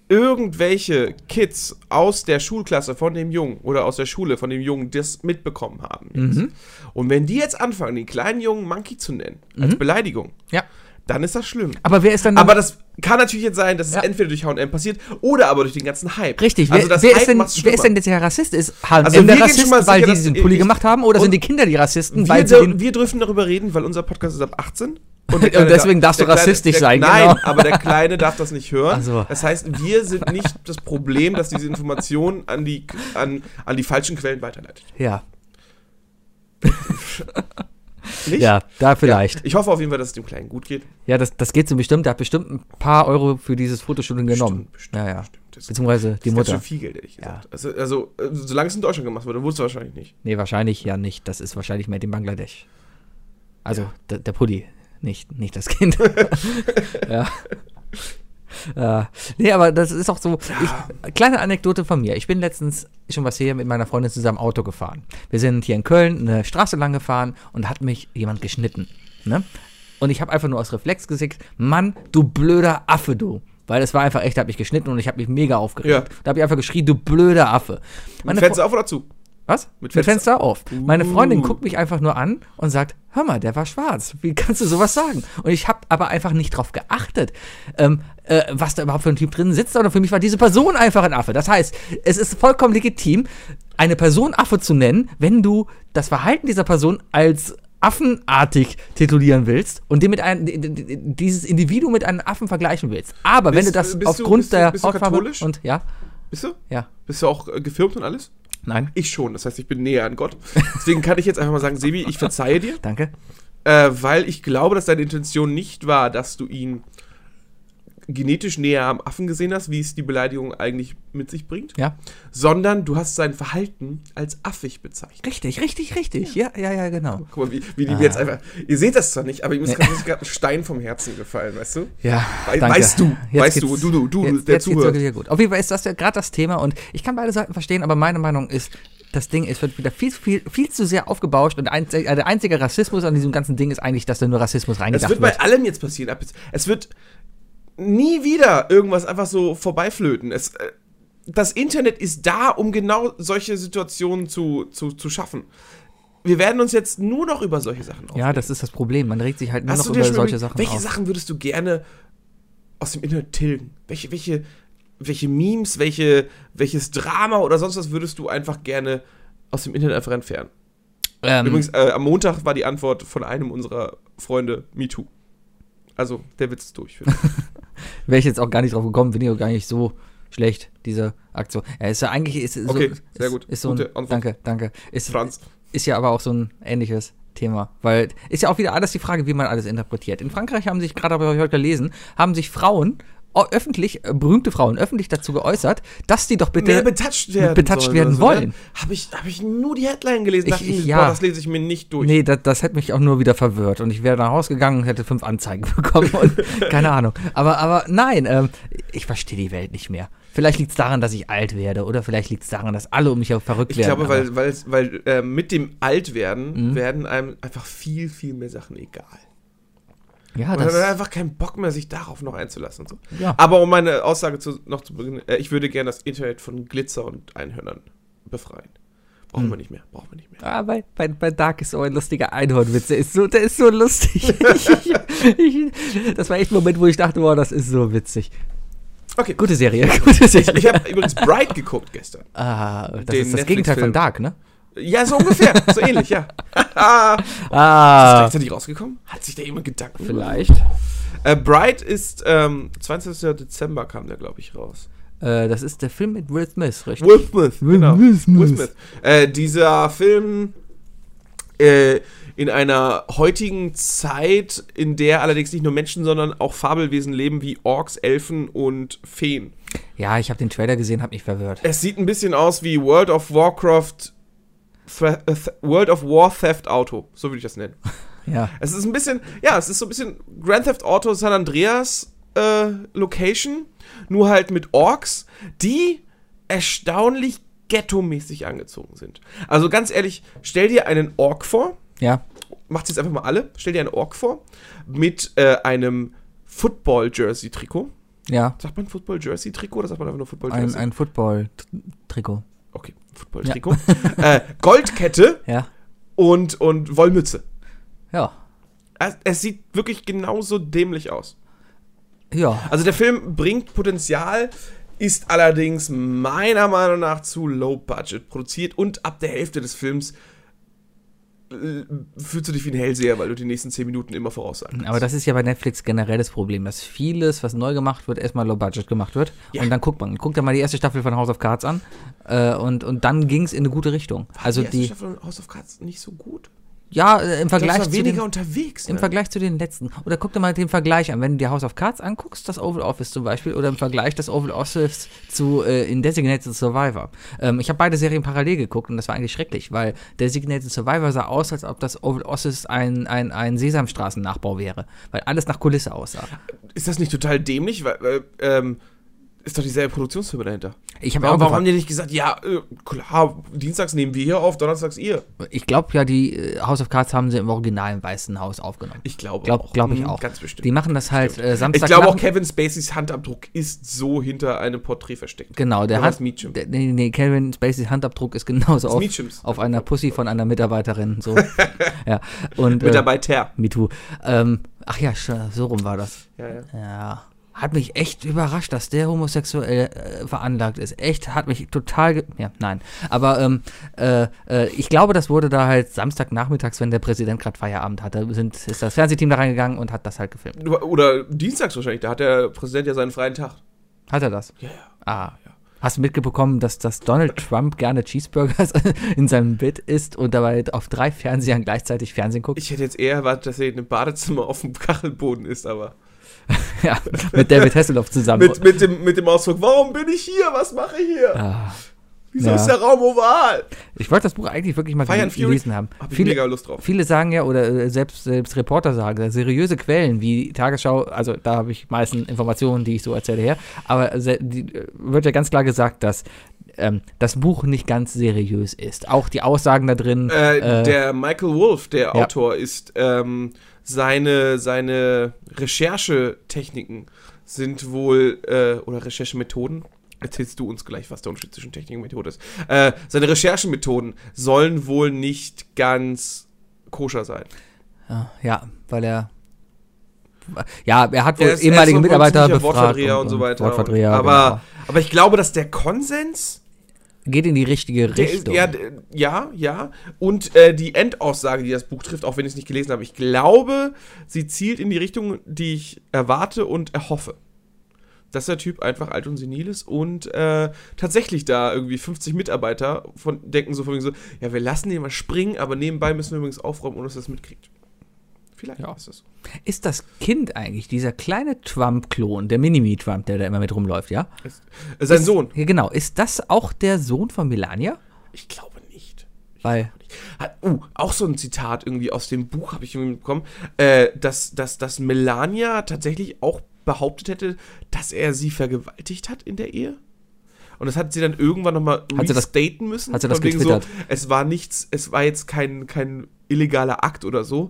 irgendwelche Kids aus der Schulklasse von dem Jungen oder aus der Schule von dem Jungen das mitbekommen Mhm. haben. Jetzt. Und wenn die jetzt anfangen, den kleinen Jungen Monkey zu nennen, als Beleidigung, Ja. dann ist das schlimm. Mhm. Aber wer ist dann. Aber das kann natürlich jetzt sein, dass es Ja. entweder durch H&M passiert oder aber durch den ganzen Hype. Richtig, wer, also das wer, Hype ist denn, macht's wer ist schlimmer. denn jetzt der Rassist? Ist HM Also wir der gehen schon Rassist, mal weil sicher, die dass- diesen Pulli ich- gemacht haben? Oder und- sind die Kinder die Rassisten, weil wir, sie dür den. wir dürfen darüber reden, weil unser Podcast ist ab 18. Und, Und deswegen darfst du rassistisch der, sein, Nein, genau. aber der Kleine darf das nicht hören. Ach so. Das heißt, wir sind nicht das Problem, dass diese Information an die, an, an die falschen Quellen weiterleitet. Ja, Nicht? ja, da vielleicht. Ich hoffe auf jeden Fall, dass es dem Kleinen gut geht. Ja, das, das geht so bestimmt. Der hat bestimmt ein paar Euro für dieses Fotoshooting genommen. Bestimmt, bestimmt, ja, ja. bestimmt. Das- Beziehungsweise die das ist ganz Mutter. schön viel Geld, ehrlich Ja. gesagt. Also, also, äh, solange es in Deutschland gemacht wurde, wusste es wahrscheinlich nicht. Nee, wahrscheinlich ja nicht. Das ist wahrscheinlich made in Bangladesch. Also der, der Pulli, nicht, nicht das Kind. ja. Äh, nee, aber das ist auch so. Ich, kleine Anekdote von mir. Ich bin letztens schon was hier mit meiner Freundin zusammen Auto gefahren. Wir sind hier in Köln eine Straße lang gefahren und da hat mich jemand geschnitten. Ne? Und ich habe einfach nur aus Reflex gesagt, Mann, du blöder Affe, du. Weil es war einfach echt, der hat mich geschnitten und ich habe mich mega aufgeregt. Ja. Da habe ich einfach geschrien, du blöder Affe. Mit Meine Fre- Fenster auf oder zu? was? Mit Mit Fenster. Fenster, auf. Meine Freundin Uh. guckt mich einfach nur an und sagt, hör mal, der war schwarz. Wie kannst du sowas sagen? Und ich habe aber einfach nicht drauf geachtet, ähm, äh, was da überhaupt für ein Typ drin sitzt, sondern für mich war diese Person einfach ein Affe. Das heißt, es ist vollkommen legitim, eine Person Affe zu nennen, wenn du das Verhalten dieser Person als affenartig titulieren willst und dem mit ein, d- d- d- dieses Individuum mit einem Affen vergleichen willst. Aber wenn Bist- du das bist du- aufgrund bist du- der bist du katholisch? und ja, Bist du? ja, Bist du auch äh, gefilmt und alles? nein, Ich schon, das heißt, ich bin näher an Gott. Deswegen kann ich jetzt einfach mal sagen, Sebi, ich verzeihe dir, danke. äh, weil ich glaube, dass deine Intention nicht war, dass du ihn genetisch näher am Affen gesehen hast, wie es die Beleidigung eigentlich mit sich bringt, Ja. sondern du hast sein Verhalten als affig bezeichnet. Richtig, richtig, richtig. Ja, ja, ja, genau. Guck mal, wie, wie die mir jetzt einfach. Ihr seht das zwar nicht, aber ihm ist gerade ein Stein vom Herzen gefallen, weißt du? Ja, Wei- weißt du, weißt du, geht's- du, du, du, jetzt, der jetzt geht's zuhört. wirklich wieder gut. Auf jeden Fall ist das ja gerade das Thema und ich kann beide Seiten verstehen, aber meine Meinung ist, das Ding ist, wird wieder viel, viel, viel zu sehr aufgebauscht und einz- äh, der einzige Rassismus an diesem ganzen Ding ist eigentlich, dass da nur Rassismus Es reingedacht wird wird. bei allem jetzt passieren. Ab jetzt- Es wird nie wieder irgendwas einfach so vorbeiflöten. Es, äh, das Internet ist da, um genau solche Situationen zu, zu, zu schaffen. Wir werden uns jetzt nur noch über solche Sachen aufregen. ja, das ist das Problem. Man regt sich halt nur Hast noch du dir über schon solche überlegt, Sachen welche auf. Sachen würdest du gerne aus dem Internet tilgen? Welche, welche, welche Memes, welche, welches Drama oder sonst was würdest du einfach gerne aus dem Internet einfach entfernen? Ähm, Übrigens, äh, am Montag war die Antwort von einem unserer Freunde MeToo. Also, der Witz ist durch. Wäre ich jetzt auch gar nicht drauf gekommen, finde ich auch gar nicht so schlecht, diese Aktion. Ja, ist ja eigentlich ist so, Okay, ist, sehr gut. Ist so Gute ein, Antwort. danke, danke. Ist, Franz. ist ja aber auch so ein ähnliches Thema, weil ist ja auch wieder alles die Frage, wie man alles interpretiert. In Frankreich haben sich, gerade habe ich heute gelesen, haben sich Frauen o- öffentlich, äh, berühmte Frauen öffentlich dazu geäußert, dass die doch bitte... mehr betatscht werden, betatscht werden wollen. Habe ich, ne? hab ich nur die Headline gelesen, Ich- dachte ich, ich- mir, ja. boah, das lese ich mir nicht durch. Nee, das, das hätte mich auch nur wieder verwirrt. Und ich wäre nach Hause gegangen und hätte fünf Anzeigen bekommen. Und keine Ahnung. Aber, aber nein, ähm, ich verstehe die Welt nicht mehr. Vielleicht liegt es daran, dass ich alt werde. Oder vielleicht liegt es daran, dass alle um mich herum verrückt ich werden. glaube, aber- Mhm. weil, weil, weil äh, mit dem Altwerden werden einem einfach viel, viel mehr Sachen egal. Ja, Man hat halt das, einfach keinen Bock mehr, sich darauf noch einzulassen. Und so. Ja. Aber um meine Aussage zu, noch zu beginnen, äh, ich würde gerne das Internet von Glitzer und Einhörnern befreien. Mhm. Brauchen wir nicht mehr, brauchen wir nicht mehr. ah, bei, bei, bei Dark ist so ein lustiger Einhornwitz. Der ist so, der ist so lustig. ich, ich, das war echt ein Moment, wo ich dachte, wow, das ist so witzig. Okay, Gute Serie, gute Serie. ich habe übrigens Bright geguckt gestern. ah, das den ist das Gegenteil Netflix-Film. von Dark, ne? Ja, so ungefähr, so ähnlich, ja. Ah, Ist gleichzeitig rausgekommen? Hat sich da jemand Gedanken gemacht? vielleicht. Äh, Bright ist, ähm, 22. Dezember kam der, glaube ich, raus. Äh, das ist der Film mit Will Smith, richtig? Will Smith, genau. Will Smith. Will Smith. Äh, dieser Film äh, in einer heutigen Zeit, in der allerdings nicht nur Menschen, sondern auch Fabelwesen leben wie Orks, Elfen und Feen. Ja, ich habe den Trailer gesehen, habe mich verwirrt. Es sieht ein bisschen aus wie World of Warcraft, Thre äh, Th World of War Theft Auto, so würde ich das nennen. Ja. Es ist ein bisschen, ja, es ist so ein bisschen Grand Theft Auto San Andreas äh, Location, nur halt mit Orks, die erstaunlich ghetto-mäßig angezogen sind. Also ganz ehrlich, stell dir einen Ork vor, Ja. macht's jetzt einfach mal alle, stell dir einen Ork vor, mit äh, einem Football-Jersey-Trikot. Ja. Sagt man Football-Jersey-Trikot oder sagt man einfach nur Ein, Football-Jersey? ein Football-Trikot. okay, Football-Trikot. äh, Goldkette Ja. und, und Wollmütze. Ja. Es, es sieht wirklich genauso dämlich aus. Ja. Also der Film bringt Potenzial, ist allerdings meiner Meinung nach zu low budget produziert und ab der Hälfte des Films äh, fühlst du dich wie ein Hellseher, weil du die nächsten 10 Minuten immer voraussagen kannst. Aber das ist ja bei Netflix generell das Problem, dass vieles, was neu gemacht wird, erstmal low budget gemacht wird. Ja. Und dann guckt man, guckt dann mal die erste Staffel von House of Cards an. Äh, und, und dann ging es in eine gute Richtung. Also die erste die, Staffel von House of Cards nicht so gut. ja, äh, im Ich glaub, es Vergleich war zu den, weniger unterwegs. im ne? Vergleich zu den letzten. Oder guck dir mal den Vergleich an. Wenn du dir House of Cards anguckst, das Oval Office zum Beispiel, oder im Vergleich das Oval Office zu äh, in Designated Survivor. Ähm, ich habe beide Serien parallel geguckt und das war eigentlich schrecklich, weil Designated Survivor sah aus, als ob das Oval Office ein, ein, ein Sesamstraßen-Nachbau wäre, weil alles nach Kulisse aussah. Ist das nicht total dämlich? Weil, weil, ähm, ist doch dieselbe Produktionsfirma dahinter. Ich habe auch Warum, warum haben gefragt, die nicht gesagt, ja, äh, klar, dienstags nehmen wir hier auf, donnerstags ihr? ich glaube ja, die äh, House of Cards haben sie im originalen Weißen Haus aufgenommen. Ich glaube Glaub, auch. glaub ich Mhm, auch. Ganz bestimmt. Die machen das halt äh, Samstag. ich glaube auch, Kevin Spaceys Handabdruck ist so hinter einem Porträt versteckt. Genau, der Oder war's hat. Meacham? Der, nee, nee, Kevin Spaceys Handabdruck ist genauso Das auf, Meachams. auf einer Pussy von einer Mitarbeiterin. So. ja. Und. Äh, Mitarbeiter. MeToo. Ähm, ach ja, sch- so rum war das. Ja, ja. Ja. Hat mich echt überrascht, dass der homosexuell äh, veranlagt ist. Echt, hat mich total. Ge ja, nein. Aber ähm, äh, äh, ich glaube, das wurde da halt Samstagnachmittags, wenn der Präsident gerade Feierabend hatte, sind, ist das Fernsehteam da reingegangen und hat das halt gefilmt. Oder dienstags wahrscheinlich, da hat der Präsident ja seinen freien Tag. Hat er das? Ja, ja. Ah. Hast du mitbekommen, dass, dass Donald Trump gerne Cheeseburgers in seinem Bett isst und dabei auf drei Fernsehern gleichzeitig Fernsehen guckt? Ich hätte jetzt eher erwartet, dass er in einem Badezimmer auf dem Kachelboden ist, aber. ja, mit David Hasselhoff zusammen. Mit, mit, dem, mit dem Ausdruck, warum bin ich hier? Was mache ich hier? ah, Wieso ja. ist der Raum oval? ich wollte das Buch eigentlich wirklich mal Fire and Fury? gelesen haben. Hab ich Viele, mega Lust drauf. Viele sagen ja, oder äh, selbst, selbst Reporter sagen, äh, seriöse Quellen wie die Tagesschau, also da habe ich meistens Informationen, die ich so erzähle her, aber se- die, äh, wird ja ganz klar gesagt, dass ähm, das Buch nicht ganz seriös ist. Auch die Aussagen da drin. Äh, äh, der Michael Wolf, der ja. Autor, ist ähm, seine, seine Recherchetechniken sind wohl, äh, oder Recherchemethoden, erzählst du uns gleich, was der Unterschied zwischen Technik und Methode ist, äh, seine Recherchemethoden sollen wohl nicht ganz koscher sein. ja, weil er. Ja, er hat wohl Er ist- er ist ehemalige so ein Mitarbeiter ziemlicher befragt. Wortverdreher und, so weiter. Wortverdreher, und, aber, genau. aber ich glaube, dass der Konsens Geht in die richtige Der ist, Richtung. ja, d- ja, ja. Und äh, die Endaussage, die das Buch trifft, auch wenn ich es nicht gelesen habe, ich glaube, sie zielt in die Richtung, die ich erwarte und erhoffe. Dass der Typ einfach alt und senil ist und äh, tatsächlich da irgendwie 50 Mitarbeiter von, denken so von wegen so, ja, wir lassen den mal springen, aber nebenbei müssen wir übrigens aufräumen, ohne dass er das mitkriegt. Vielleicht Ja. ist das so. ist das Kind eigentlich dieser kleine Trump-Klon, der Minimi-Trump, der da immer mit rumläuft, ja? Äh, sein Sohn. Ja, genau. Ist das auch der Sohn von Melania? Ich glaube nicht. Weil, Hat, uh, auch so ein Zitat irgendwie aus dem Buch habe ich irgendwie bekommen, äh, dass, dass, dass Melania tatsächlich auch behauptet hätte, dass er sie vergewaltigt hat in der Ehe. Und das hat sie dann irgendwann nochmal Hat sie das- restaten müssen. hat sie das Von wegen getwittert? es war nichts, es war jetzt kein, kein illegaler Akt oder so,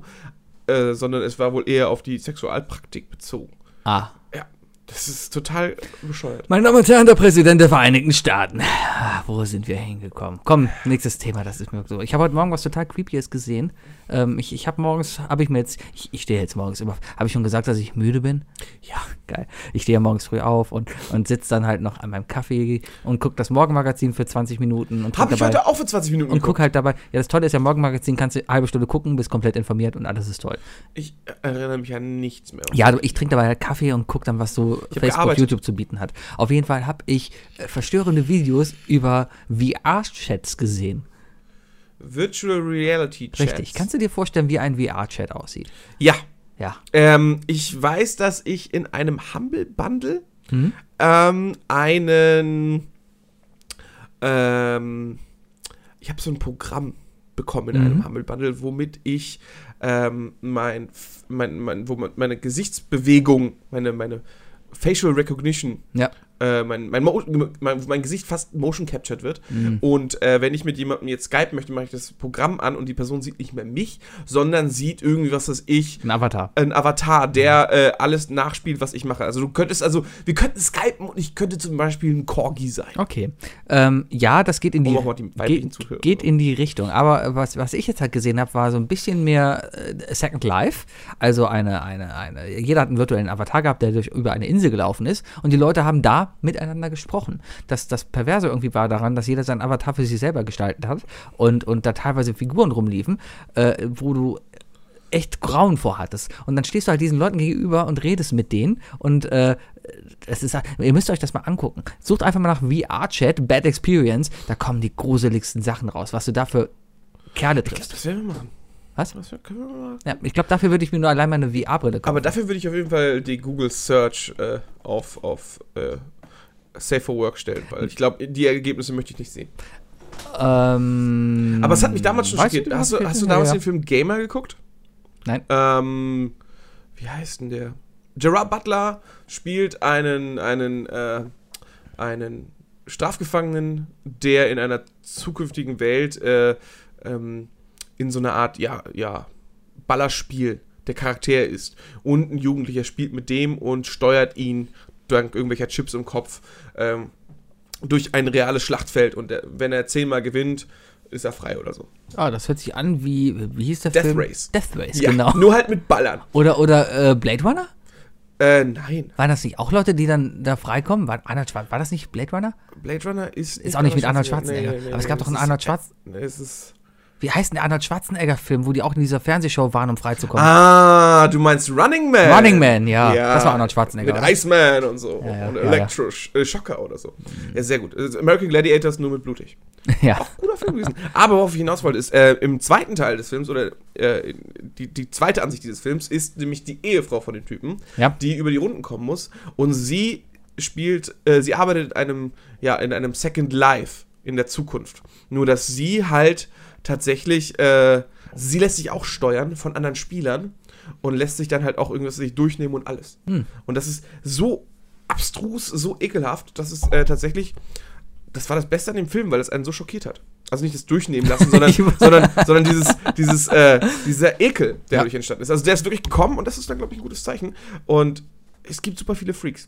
äh, sondern es war wohl eher auf die Sexualpraktik bezogen. ah, Ja, das ist total bescheuert. meine Damen und Herren, der Präsident der Vereinigten Staaten. Ah, Wo sind wir hingekommen? Komm, nächstes Thema, das ist mir so. Ich habe heute Morgen was total Creepyes gesehen. Ähm, ich ich habe morgens, habe ich mir jetzt, ich, ich stehe jetzt morgens immer, habe ich schon gesagt, dass ich müde bin? Ja, geil. Ich stehe ja morgens früh auf und, und sitze dann halt noch an meinem Kaffee und gucke das Morgenmagazin für 20 Minuten und Habe trinke ich dabei. heute auch für 20 Minuten Und guck halt dabei, ja, das Tolle ist ja, Morgenmagazin kannst du eine halbe Stunde gucken, bist komplett informiert und alles ist toll. Ich erinnere mich an nichts mehr. Ja, du, ich trinke dabei halt Kaffee und gucke dann, was hab so Facebook, gearbeitet. YouTube zu bieten hat. Auf jeden Fall habe ich äh, verstörende Videos über VR-Chats gesehen. Virtual Reality Chats. Richtig. Kannst du dir vorstellen, wie ein VR-Chat aussieht? Ja. Ja. Ähm, ich weiß, dass ich in einem Humble Bundle ähm, einen. Ähm, ich habe so ein Programm bekommen in einem Humble Bundle, womit ich ähm, mein, F- mein, mein, wo man, meine Gesichtsbewegung, meine, meine Facial Recognition Ja. äh, mein, mein, Mo mein, mein Gesicht fast motion captured wird. Und äh, wenn ich mit jemandem jetzt Skype möchte, mache ich das Programm an und die Person sieht nicht mehr mich, sondern sieht irgendwie, was das ich, Ein Avatar. ein Avatar, der äh, alles nachspielt, was ich mache. Also du könntest, also wir könnten skypen und ich könnte zum Beispiel ein Corgi sein. Okay. Ähm, ja, das geht in die, Um auch mal die weiblichen Zuhörer- geht, geht in die Richtung. Aber äh, was, was ich jetzt halt gesehen habe, war so ein bisschen mehr äh, Second Life. Also eine, eine, eine, jeder hat einen virtuellen Avatar gehabt, der durch über eine Insel gelaufen ist und die Leute haben da miteinander gesprochen. Das, das Perverse irgendwie war daran, dass jeder seinen Avatar für sich selber gestaltet hat und, und da teilweise Figuren rumliefen, äh, wo du echt Grauen vorhattest. Und dann stehst du halt diesen Leuten gegenüber und redest mit denen. Und äh, es ist, halt- ihr müsst euch das mal angucken. Sucht einfach mal nach VR-Chat, Bad Experience. Da kommen die gruseligsten Sachen raus, was du da für Kerle triffst. Das werden wir machen. Was? Das können wir mal. Ja, ich glaube, dafür würde ich mir nur allein meine VR-Brille kaufen. Aber dafür würde ich auf jeden Fall die Google Search äh, auf, auf äh, Safe for Work stellen, Hm. weil ich glaube, die Ergebnisse möchte ich nicht sehen. ähm, Aber es hat mich damals schon weißt schockiert. du, Hast du, was- hast du damals ja, ja. den Film Gamer geguckt? Nein. Ähm, wie heißt denn der? Gerard Butler spielt einen, einen, äh, einen Strafgefangenen, der in einer zukünftigen Welt äh, ähm, in so einer Art, ja, ja, Ballerspiel der Charakter ist. Und ein Jugendlicher spielt mit dem und steuert ihn dank irgendwelcher Chips im Kopf ähm, durch ein reales Schlachtfeld. Und er- wenn er zehnmal gewinnt, ist er frei oder so. Ah, das hört sich an wie, wie hieß der Death Film? Race. Death Race, Ja, genau. Nur halt mit Ballern. Oder, oder äh, Blade Runner? Äh, nein. Waren das nicht auch Leute, die dann da freikommen? War, Arnold Schwar- war das nicht Blade Runner? Blade Runner ist. Ist auch nicht mit Arnold Schwarzenegger. Aber es gab doch einen Arnold Schwarz. Schwarzenegger. Es ist. Wie heißt denn der Arnold Schwarzenegger-Film, wo die auch in dieser Fernsehshow waren, um freizukommen? Ah, du meinst Running Man. Running Man, ja. Das war Arnold Schwarzenegger, Mit oder? Iceman und so. Ja, ja, und ja, Mhm. Electro äh, Shocker oder so. Ja, sehr gut. Also American Gladiators nur mit blutig. ja. Guter Film gewesen. Aber worauf ich hinaus wollte, ist, äh, im zweiten Teil des Films, oder äh, die, die zweite Ansicht dieses Films, ist nämlich die Ehefrau von dem Typen, Ja. die über die Runden kommen muss. Und sie spielt, äh, sie arbeitet in einem, ja, in einem Second Life in der Zukunft. Nur, dass sie halt tatsächlich, äh, sie lässt sich auch steuern von anderen Spielern und lässt sich dann halt auch irgendwas sich durchnehmen und alles. Hm. Und das ist so abstrus, so ekelhaft, dass es äh, tatsächlich das war das Beste an dem Film, weil es einen so schockiert hat. Also nicht das Durchnehmen lassen, sondern, sondern, sondern dieses, dieses, äh, dieser Ekel, der Ja. dadurch entstanden ist. Also der ist wirklich gekommen und das ist dann, glaube ich, ein gutes Zeichen. Und es gibt super viele Freaks.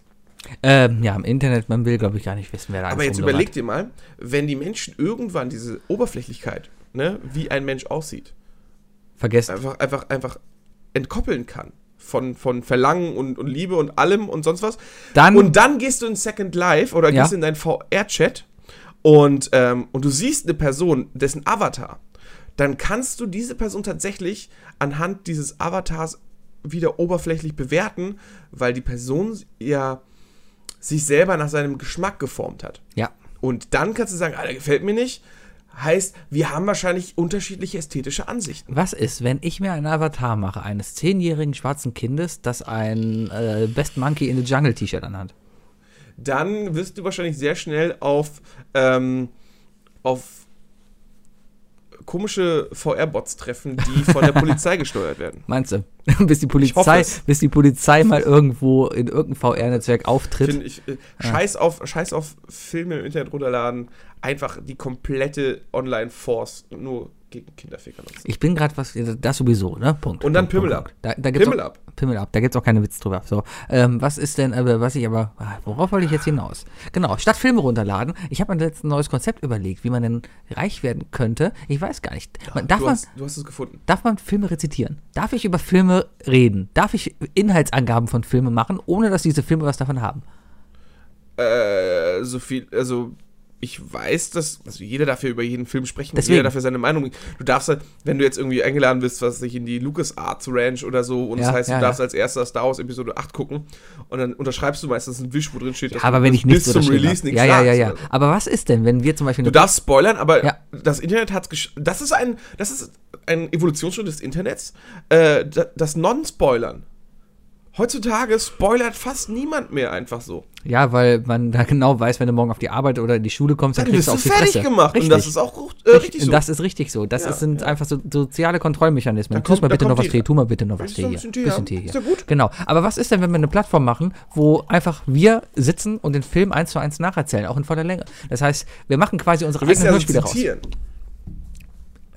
Ähm, ja, im Internet, man will, glaube ich, gar nicht wissen, wer da Aber alles jetzt rumlungert. überleg dir mal, wenn die Menschen irgendwann diese Oberflächlichkeit, ne, wie ein Mensch aussieht, Vergesst. einfach, einfach, einfach entkoppeln kann. Von, von Verlangen und, und Liebe und allem und sonst was. Dann- und dann gehst du in Second Life oder Ja. gehst in deinen VR-Chat und, ähm, und du siehst eine Person, dessen Avatar, dann kannst du diese Person tatsächlich anhand dieses Avatars wieder oberflächlich bewerten, weil die Person ja sich selber nach seinem Geschmack geformt hat. Ja. Und dann kannst du sagen, ah, der gefällt mir nicht. Heißt, wir haben wahrscheinlich unterschiedliche ästhetische Ansichten. Was ist, wenn ich mir einen Avatar mache, eines zehnjährigen schwarzen Kindes, das ein äh, Best Monkey in the Jungle T-Shirt anhat? dann wirst du wahrscheinlich sehr schnell auf, ähm, auf komische VR-Bots treffen, die von der Polizei gesteuert werden. Meinst du? bis die hoffe Polizei, es. bis die Polizei mal irgendwo in irgendeinem VR-Netzwerk auftritt. Ich finde, ich, äh, Ah. scheiß, auf, scheiß auf Filme im Internet runterladen, einfach die komplette Online-Force nur gegen Kinderficker nutzen. Ich bin gerade was, das sowieso, ne? Punkt. Und dann Punkt, Punkt, Pimmel ab. Punkt. Da, da gibt's Pimmel auch, ab. Pimmel ab. Da gibt's auch keine Witz drüber. So, ähm, was ist denn, aber was ich aber, ah, worauf wollte ich jetzt hinaus? Genau, statt Filme runterladen. Ich habe mir jetzt ein neues Konzept überlegt, wie man denn reich werden könnte. Ich weiß gar nicht. Man, darf, Du man, hast, du hast es gefunden. darf man Filme rezitieren? Darf ich über Filme reden? Darf ich Inhaltsangaben von Filmen machen, ohne dass diese Filme was davon haben? Äh, so viel, also ich weiß, dass also jeder darf ja über jeden Film sprechen, Deswegen. jeder darf ja seine Meinung. Du darfst halt, wenn du jetzt irgendwie eingeladen bist, was weiß ich in die Lucas Arts Ranch oder so und Ja, das heißt, ja, du darfst ja. als erster Star Wars Episode 8 gucken und dann unterschreibst du meistens einen Wisch, wo drin steht, dass aber du wenn bis- ich nichts bis zum unterschrieben Release habe. nichts ne? Ja, ja, ja, sagst oder ja. so. Aber was ist denn, wenn wir zum Beispiel Du darfst spoilern, aber Ja. das Internet hat gesch das ist ein das ist ein Evolutionsschritt des Internets, äh, da- das Non-Spoilern Heutzutage spoilert fast niemand mehr einfach so. Ja, weil man da genau weiß, wenn du morgen auf die Arbeit oder in die Schule kommst, dann, Dann kriegst wirst du du auf die fertig Fresse. gemacht. Richtig. Und das ist auch gut- äh, richtig so. Das ist richtig so. Das Ja, ist, sind einfach so soziale Kontrollmechanismen. Da kommt- tu mal da bitte noch kommt was die- Tee, tu mal bitte noch was Willst Tee du ein hier. bisschen Tee bisschen haben? Tee hier. Ist ja gut. Genau. Aber was ist denn, wenn wir eine Plattform machen, wo einfach wir sitzen und den Film eins zu eins nacherzählen, auch in voller Länge? Das heißt, wir machen quasi unsere du wirst ja eigenen so Hörspiele raus. zitieren.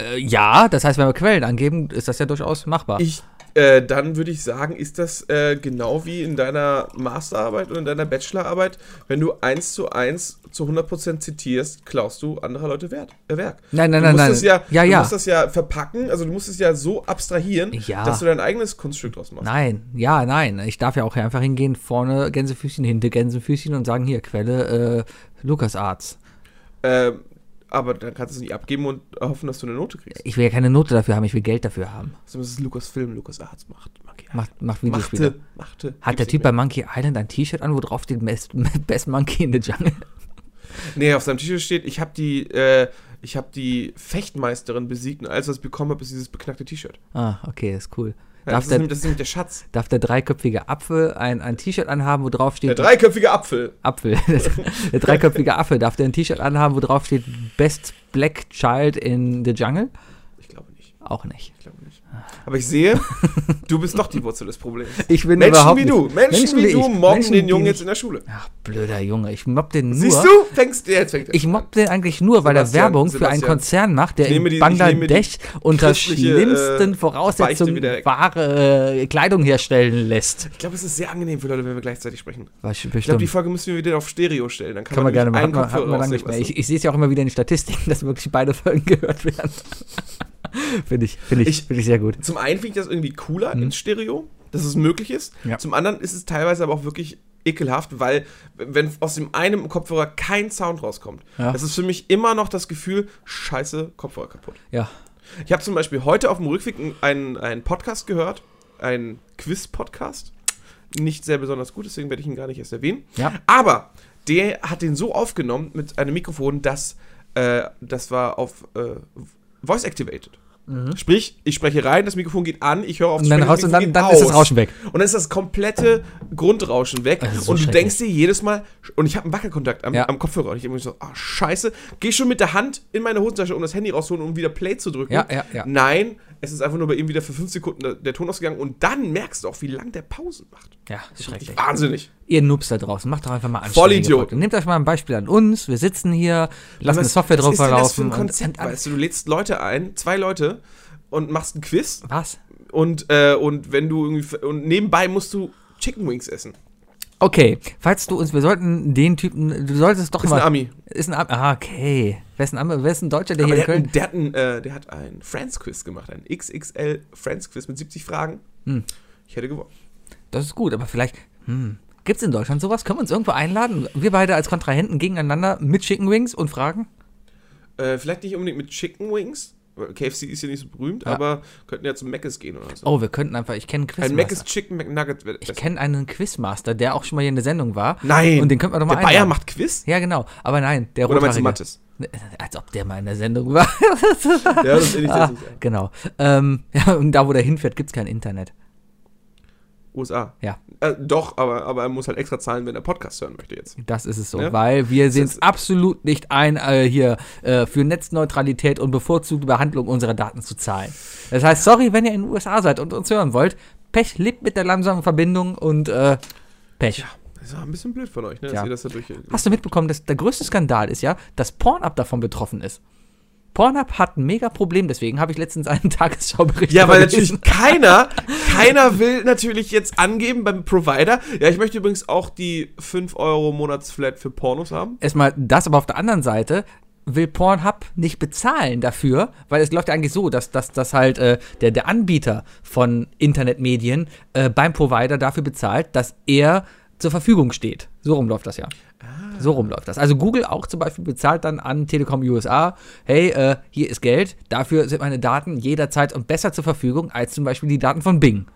Äh, ja, das heißt, wenn wir Quellen angeben, ist das ja durchaus machbar. Ich, äh, dann würde ich sagen, ist das äh, genau wie in deiner Masterarbeit und in deiner Bachelorarbeit, wenn du eins zu eins zu 100% zitierst, klaust du anderer Leute Wert, äh, Werk. Nein, nein, du nein, musst nein. Es ja, Ja, du ja. musst das ja verpacken, also du musst es ja so abstrahieren, Ja. dass du dein eigenes Kunststück draus machst. Nein, ja, nein. Ich darf ja auch einfach hingehen, vorne Gänsefüßchen, hinter Gänsefüßchen und sagen, hier, Quelle, äh, Lukas Arzt. Ähm, aber dann kannst du es nicht abgeben und hoffen, dass du eine Note kriegst. Ich will ja keine Note dafür haben, ich will Geld dafür haben. Also das ist Lukas Film, Lukas Arzt macht. Macht, Macht, macht Videospiele. machte, machte. Hat der Gibt's Typ nicht bei Monkey Island ein T-Shirt an, wo drauf steht Best, Best Monkey in the Jungle? Nee, auf seinem T-Shirt steht, ich habe die, äh, ich habe die Fechtmeisterin besiegt und alles, was ich bekommen habe, ist dieses beknackte T-Shirt. Ah, okay, ist cool. Ja, Darf, das, ist der, nämlich, das ist nämlich der Schatz. darf der dreiköpfige Apfel ein, ein T-Shirt anhaben, wo drauf Der steht dreiköpfige Apfel. Apfel. der dreiköpfige Apfel. Darf der ein T-Shirt anhaben, wo drauf steht Best Black Child in the Jungle? Ich glaube nicht. Auch nicht. Ich glaube nicht. Aber ich sehe, du bist doch die Wurzel des Problems. Ich bin Menschen überhaupt wie nicht- du, Menschen, wie du ich. mobben Menschen, den die Jungen nicht- jetzt in der Schule. Ach, blöder Junge. Ich mobb den nur. Siehst du? Fängst, jetzt fängt er Ich an. mobb den eigentlich nur, weil er Sebastian, Werbung für einen Sebastian. Konzern macht, der Ich nehme die- in ich nehme die Bangladesch unter christliche, äh, schlimmsten Beichte Voraussetzungen wieder weg. wahre äh, Kleidung herstellen lässt. Ich glaube, es ist sehr angenehm für Leute, wenn wir gleichzeitig sprechen. Was bestimmt. Ich glaube, die Folge müssen wir wieder auf Stereo stellen. Dann kann, kann man gerne machen. Hat man, machen. hat man lange nicht mehr. Ich, ich sehe es ja auch immer wieder in den Statistiken, dass wirklich beide Folgen gehört werden. finde ich, finde ich, Ich- finde ich sehr gut. Zum einen finde ich das irgendwie cooler ins Stereo, dass es möglich ist. Hm. Ja. Zum anderen ist es teilweise aber auch wirklich ekelhaft, weil wenn aus dem einen Kopfhörer kein Sound rauskommt, Ja. das ist für mich immer noch das Gefühl, scheiße, Kopfhörer kaputt. Ja. Ich habe zum Beispiel heute auf dem Rückweg einen, einen Podcast gehört, einen Quiz-Podcast. Nicht sehr besonders gut, deswegen werde ich ihn gar nicht erst erwähnen. Ja. Aber der hat den so aufgenommen mit einem Mikrofon, dass äh, das war auf äh, Voice Activated. Sprich, ich spreche rein, das Mikrofon geht an, ich höre auf Mhm. Und dann, Sprechen, das raus, und dann, Mikrofon dann geht ist das aus. Rauschen weg. Und dann ist das komplette Grundrauschen weg. Das ist so und du schrecklich. denkst dir jedes Mal, und ich habe einen Wackelkontakt am, Ja. am Kopfhörer. Und ich immer so, ah, scheiße, geh schon mit der Hand in meine Hosentasche, um das Handy rauszuholen, um wieder Play zu drücken. Ja, ja, ja. Nein, es ist einfach nur bei ihm wieder für fünf Sekunden der, der Ton ausgegangen. Und dann merkst du auch, wie lang der Pausen macht. Ja, schrecklich. Wahnsinnig. Ihr Noobs da draußen, macht doch einfach mal anständige Vollidioten. Folgen. Nehmt euch mal ein Beispiel an uns. Wir sitzen hier, lassen eine Was- Software drauf was ist denn das für verlaufen. ein Konzept, und, und, und, weißt du? Du lädst Leute ein, zwei Leute, und machst ein Quiz. was? Und, äh, und wenn du irgendwie. f- Und nebenbei musst du Chicken Wings essen. Okay, falls du uns, wir sollten den Typen, du solltest doch Ist mal. ein Ami. Ist ein Ami. Ah, okay. Wer ist ein, Ami, wer ist ein Deutscher, der Aber hier in der, hat, Köln. ein- der, hat ein, äh, der hat ein Friends-Quiz gemacht, ein XXL Friends-Quiz mit 70 Fragen. Hm. Ich hätte gewonnen. Das ist gut, aber vielleicht. Hm. Gibt es in Deutschland sowas? Können wir uns irgendwo einladen? Wir beide als Kontrahenten gegeneinander mit Chicken Wings und fragen? Äh, vielleicht nicht unbedingt mit Chicken Wings. weil KFC ist ja nicht so berühmt, Ja. aber könnten ja zum Mc's gehen oder so. Oh, wir könnten einfach. Ich kenne einen ein Quizmaster. Mc's Chicken McNugget. wäre ich besser. kenne einen Quizmaster, der auch schon mal hier in der Sendung war. Nein! Und den könnten wir doch mal Der Bayer einladen. macht Quiz? Ja, genau. Aber nein, der Oder meinst du Rothaarige. Ne, Mattes? Als ob der mal in der Sendung war. ja, das ähnlich ah, nicht. ja. genau. Ähm, ja, und da, wo der hinfährt, gibt es kein Internet. USA. Ja. Äh, doch, aber, aber er muss halt extra zahlen, wenn er Podcast hören möchte jetzt. Das ist es so, Ne? weil wir sehen es ist- absolut nicht ein, äh, hier äh, für Netzneutralität und bevorzugte Behandlung unserer Daten zu zahlen. Das heißt, sorry, wenn ihr in den USA seid und uns hören wollt, Pech lebt mit der langsamen Verbindung und äh, Pech. Das war ein bisschen blöd von euch, ne? Ja. Dass ihr das da durch. Hast du mitbekommen, dass der größte Skandal ist ja, dass Pornhub davon betroffen ist? Pornhub hat ein mega Problem, deswegen habe ich letztens einen Tagesschaubericht Ja, weil darüber gelesen. natürlich keiner, keiner will natürlich jetzt angeben beim Provider. Ja, ich möchte übrigens auch die 5 Euro Monatsflat für Pornos haben. erstmal das, aber auf der anderen Seite will Pornhub nicht bezahlen dafür, weil es läuft ja eigentlich so, dass, dass, dass halt äh, der, der Anbieter von Internetmedien äh, beim Provider dafür bezahlt, dass er zur Verfügung steht. So rum läuft das ja. So rum läuft das. Also Google auch zum Beispiel bezahlt dann an Telekom USA, hey, äh, hier ist Geld, dafür sind meine Daten jederzeit und besser zur Verfügung als zum Beispiel die Daten von Bing.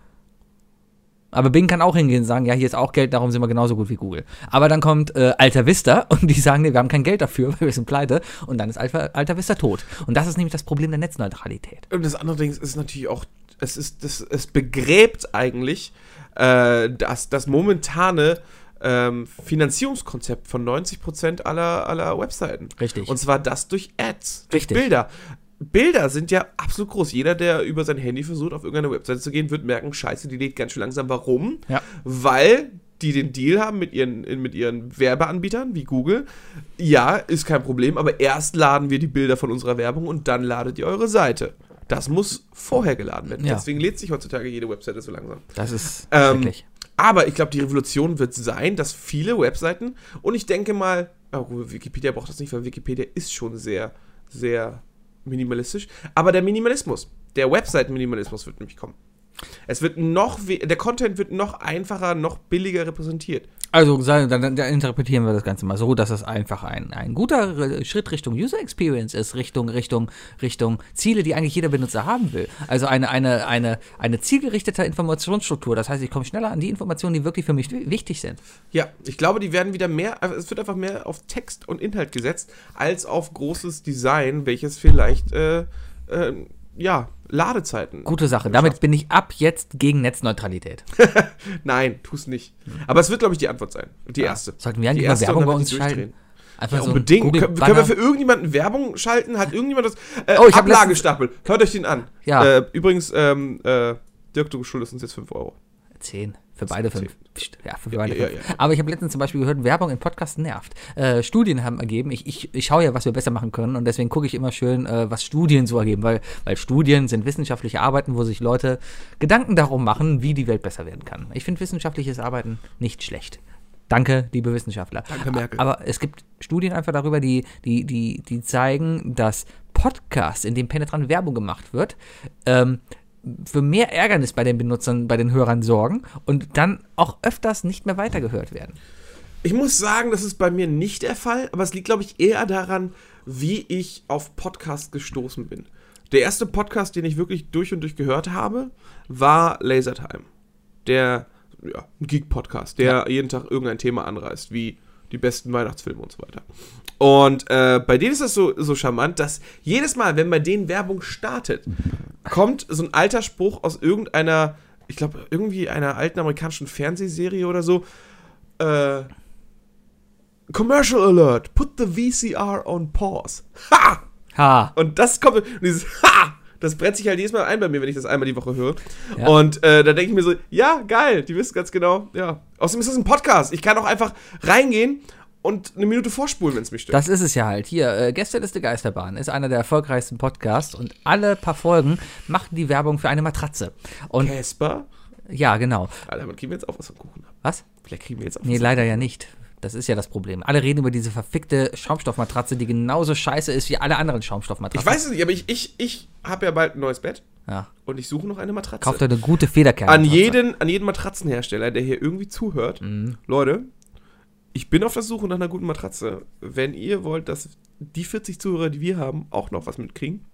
Aber Bing kann auch hingehen und sagen, ja, hier ist auch Geld, darum sind wir genauso gut wie Google. Aber dann kommt äh, Alta Vista und die sagen, nee, wir haben kein Geld dafür, weil wir sind pleite. Und dann ist Alta, Alta Vista tot. Und das ist nämlich das Problem der Netzneutralität. Und das andere Ding ist, ist natürlich auch es ist, das, es begräbt eigentlich äh, das, das momentane ähm, Finanzierungskonzept von 90% aller, aller Webseiten. Richtig. Und zwar das durch Ads, durch Richtig. Bilder. Bilder sind ja absolut groß. Jeder, der über sein Handy versucht, auf irgendeine Webseite zu gehen, wird merken, scheiße, die lädt ganz schön langsam. Warum? Ja. Weil die den Deal haben mit ihren, mit ihren Werbeanbietern wie Google. Ja, ist kein Problem, aber erst laden wir die Bilder von unserer Werbung und dann ladet ihr eure Seite. Das muss vorher geladen werden. Ja. Deswegen lädt sich heutzutage jede Webseite so langsam. Das ist Ähm, schrecklich. Aber ich glaube, die Revolution wird sein, dass viele Webseiten, und ich denke mal, oh, gut, Wikipedia braucht das nicht, weil Wikipedia ist schon sehr, sehr minimalistisch. Aber der Minimalismus, der Webseiten-Minimalismus wird nämlich kommen. Es wird noch, we- der Content wird noch einfacher, noch billiger repräsentiert. Also sagen- dann, dann dann interpretieren wir das Ganze mal so, dass das einfach ein, ein guter äh, Schritt Richtung User Experience ist, Richtung, Richtung, Richtung Ziele, die eigentlich jeder Benutzer haben will. Also eine, eine, eine, eine zielgerichtete Informationsstruktur. Das heißt, ich komme schneller an die Informationen, die wirklich für mich wi- wichtig sind. Ja, ich glaube, die werden wieder mehr, also es wird einfach mehr auf Text und Inhalt gesetzt, als auf großes Design, welches vielleicht, äh, ähm, ja, Ladezeiten. Gute Sache. Damit bin ich ab jetzt gegen Netzneutralität. Nein, tu's nicht. Aber es wird, glaube ich, die Antwort sein. Und Die erste. Sollten wir eigentlich Die mal erste Werbung und bei dann uns wird die durchdrehen. schalten? Einfach so ein Unbedingt. Google können, können wir Banner. für irgendjemanden Werbung schalten? Hat irgendjemand das? Äh, Oh, ich hab Ablagestapel. Hört euch den an. Ja. Äh, übrigens, ähm, äh, Dirk, du schuldest uns jetzt 5 Euro. Zehn. Für beide Zehn. fünf. Psst, Ja, für beide ja, fünf. ja. Aber ich habe letztens zum Beispiel gehört, Werbung in Podcasts nervt. Äh, Studien haben ergeben, ich, ich, ich schaue ja, was wir besser machen können und deswegen gucke ich immer schön, äh, was Studien so ergeben, weil, weil Studien sind wissenschaftliche Arbeiten, wo sich Leute Gedanken darum machen, wie die Welt besser werden kann. Ich finde wissenschaftliches Arbeiten nicht schlecht. Danke, liebe Wissenschaftler. Danke, Merkel. Aber es gibt Studien einfach darüber, die, die, die, die zeigen, dass Podcasts, in denen penetrant Werbung gemacht wird, ähm, für mehr Ärgernis bei den Benutzern, bei den Hörern sorgen und dann auch öfters nicht mehr weitergehört werden. Ich muss sagen, das ist bei mir nicht der Fall, aber es liegt, glaube ich, eher daran, wie ich auf Podcast gestoßen bin. Der erste Podcast, den ich wirklich durch und durch gehört habe, war Lasertime. Der ja, ein Geek-Podcast, der jeden Tag irgendein Thema anreißt, wie die besten Weihnachtsfilme und so weiter. Und äh, bei denen ist das so, so charmant, dass jedes Mal, wenn bei denen Werbung startet, kommt so ein alter Spruch aus irgendeiner, ich glaube, irgendwie einer alten amerikanischen Fernsehserie oder so, äh, Commercial Alert, put the VCR on pause. Ha! Ha! Und das kommt, und dieses Ha! Das brennt sich halt jedes Mal ein bei mir, wenn ich das einmal die Woche höre. Ja. Und äh, da denke ich mir so, ja, geil, die wissen ganz genau, ja. Außerdem ist das ein Podcast. Ich kann auch einfach reingehen und eine Minute vorspulen, wenn es mich stört. Das ist es ja halt. Hier, äh, Gästeliste Geisterbahn ist einer der erfolgreichsten Podcasts und alle paar Folgen machen die Werbung für eine Matratze. Und Casper? ja, genau. Alter, dann kriegen wir jetzt auch was vom Kuchen ab. Was? Vielleicht kriegen wir jetzt auch Nee, was. leider ja nicht. Das ist ja das Problem. Alle reden über diese verfickte Schaumstoffmatratze, die genauso scheiße ist wie alle anderen Ich Schaumstoffmatratzen. weiß es nicht, aber ich, ich, ich habe ja bald ein neues Bett Ja. und ich suche noch eine Matratze. Kauft eine gute Federkerne. an jeden, an jeden Matratzenhersteller, der hier irgendwie zuhört, Mhm. Leute, ich bin auf der Suche nach einer guten Matratze. Wenn ihr wollt, dass die 40 Zuhörer, die wir haben, auch noch was mitkriegen,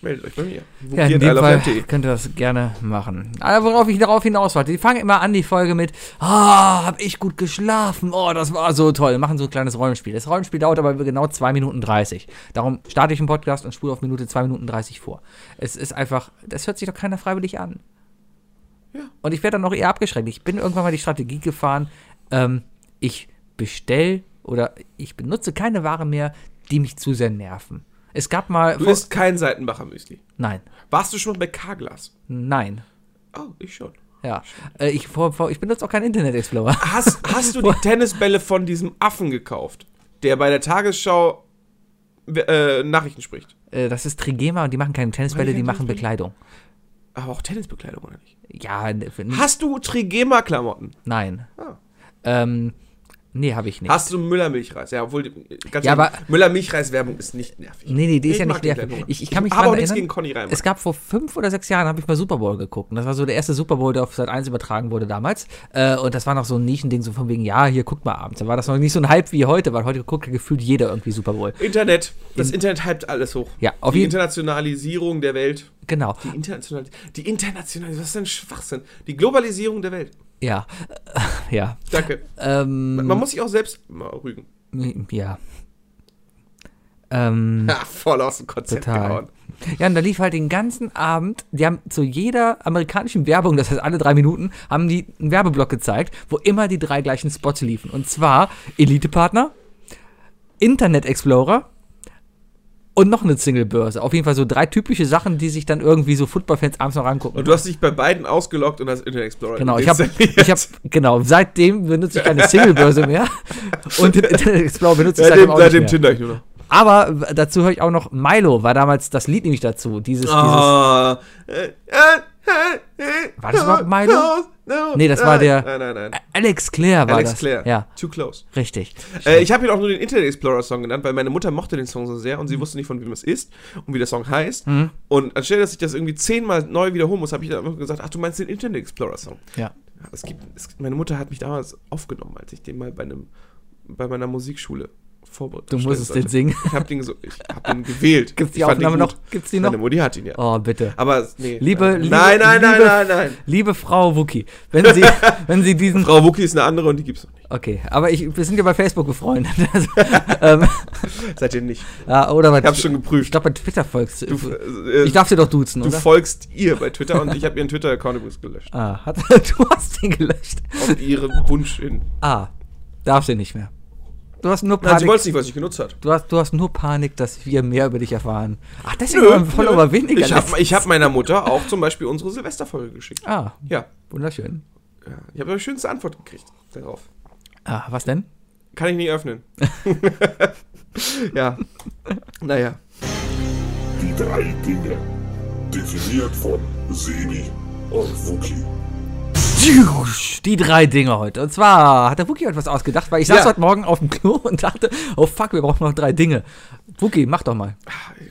meldet euch bei mir. Ja, in Wookie at dem Fall iLoveLand.de. könnt ihr das gerne machen. Aber worauf ich darauf hinaus wollte, die fangen immer an, die Folge mit, ah, hab ich gut geschlafen, oh, das war so toll. Machen so ein kleines Rollenspiel. Das Rollenspiel dauert aber genau 2 Minuten 30. Darum starte ich einen Podcast und spule auf Minute 2 Minuten 30 vor. Es ist einfach, das hört sich doch keiner freiwillig an. Ja. Und ich werde dann auch eher abgeschreckt. Ich bin irgendwann mal die Strategie gefahren, ähm, ich bestell oder ich benutze keine Ware mehr, die mich zu sehr nerven. Es gab mal. Du isst kein Seitenbacher Müsli. nein, Warst du schon mal bei K-Glas? nein. Oh, ich schon. Ja, äh, ich, vor, vor, ich benutze auch keinen Internet Explorer. Hast, hast du die Tennisbälle von diesem Affen gekauft, der bei der Tagesschau äh, Nachrichten spricht? Äh, das ist Trigema und die machen keine Tennisbälle, Welche die machen Tennisbälle? Bekleidung. Aber auch Tennisbekleidung, oder nicht? Ja, n- f- n- Hast du Trigema-Klamotten? nein. Ah. Ähm, nee, habe ich nicht. Hast du Müller-Milchreis? Ja, obwohl, die- ganz Ja, ehrlich, aber- Müller-Milchreis-Werbung ist nicht nervig. Nee, nee, die ist ja mag nicht die nervig. Werbung. Ich- ich kann mich habe dran auch nichts erinnern, gegen Conny Reimer. Es gab vor fünf oder sechs Jahren, habe ich mal Super Bowl geguckt. Und das war so der erste Super Bowl, der auf Sat 1 übertragen wurde damals. Äh, und das war noch so ein Nischending, so von wegen, ja, hier guckt mal abends. Da war das noch nicht so ein Hype wie heute, weil heute guckt ja gefühlt jeder irgendwie Super Bowl. Internet. Das Internet hypt alles hoch. Ja, auf die jeden- Internationalisierung der Welt. Genau. Die International, die Internationalisierung, was ist denn Schwachsinn? Die Globalisierung der Welt. Ja. ja. Danke. Ähm, Man muss sich auch selbst mal rügen. ja. Ähm, Ha, voll aus dem Konzept hm. Total. gehauen. Ja, und da lief halt den ganzen Abend, die haben zu jeder amerikanischen Werbung, das heißt alle drei Minuten, haben die einen Werbeblock gezeigt, wo immer die drei gleichen Spots liefen. Und zwar Elite-Partner, Internet Explorer und noch eine Single-Börse. Auf jeden Fall so drei typische Sachen, die sich dann irgendwie so Footballfans abends noch angucken. Und du hast dich bei beiden ausgeloggt und hast Internet Explorer Genau, ich habe, ich hab, genau, seitdem benutze ich keine Single-Börse mehr und den Internet Explorer benutze ich Seitdem, seitdem auch nicht seitdem mehr. Tinder ich nur noch. Aber dazu höre ich auch noch Milo, war damals das Lied nämlich dazu. Dieses, dieses Ah, äh, äh, äh, War das überhaupt Milo? no, Nee, das war nein, der- Nein, nein, nein. Alex Clare war Alex das. Clare. Ja, Too close. richtig. Äh, ich habe ihn auch nur den Internet Explorer Song genannt, weil meine Mutter mochte den Song so sehr Mhm. und sie wusste nicht, von wem es ist und wie der Song heißt. Und anstelle, dass ich das irgendwie zehnmal neu wiederholen muss, habe ich dann einfach gesagt, ach, du meinst den Internet Explorer Song. Ja. Ja, Es gibt, es, gibt- meine Mutter hat mich damals aufgenommen, als ich den mal bei, einem, bei meiner Musikschule vorbereitet Du musstest den singen. Ich habe den, so, ich hab den gewählt. Gibt's die Ich fand den Aufnahme gut. noch? Gibt's die Meine noch? Mutti hat ihn ja. Oh, bitte. Aber, nee. Liebe, nein, liebe, nein, nein, nein, liebe, nein, nein. Liebe Frau Wookie, wenn Sie, wenn Sie diesen. Frau Wookie ist eine andere und die gibt's noch nicht. Okay, aber ich, wir sind ja bei Facebook befreundet. Also, ähm, Seitdem nicht. ja, oder bei, Ich hab's schon geprüft. ich glaube, bei Twitter folgst du. Du, äh, ich darf dir doch duzen, du oder? folgst ihr bei Twitter und ich habe ihren Twitter-Account übrigens gelöscht. Ah, hat, du hast den gelöscht. Auf ihren Wunsch hin. Ah, darfst du nicht mehr. Du hast nur Nein, sie Panik. wollte es nicht, weil sie nicht genutzt hat. du, hast, du hast nur Panik, dass wir mehr über dich erfahren. Ach, deswegen Nö, waren Follower nö. weniger. Ich habe letztens. ich hab meiner Mutter auch zum Beispiel unsere Silvesterfolge geschickt. ah, Ja. wunderschön. ja. Ich habe die schönste Antwort gekriegt darauf. Ah, was denn? Kann ich nie öffnen. ja. Naja. Die drei Dinge. Definiert von Sebi und Wookie. Die drei Dinge heute. Und zwar hat der Wookie etwas ausgedacht, weil ich saß Ja. heute Morgen auf dem Klo und dachte, oh fuck, wir brauchen noch drei Dinge. Wookie, mach doch mal.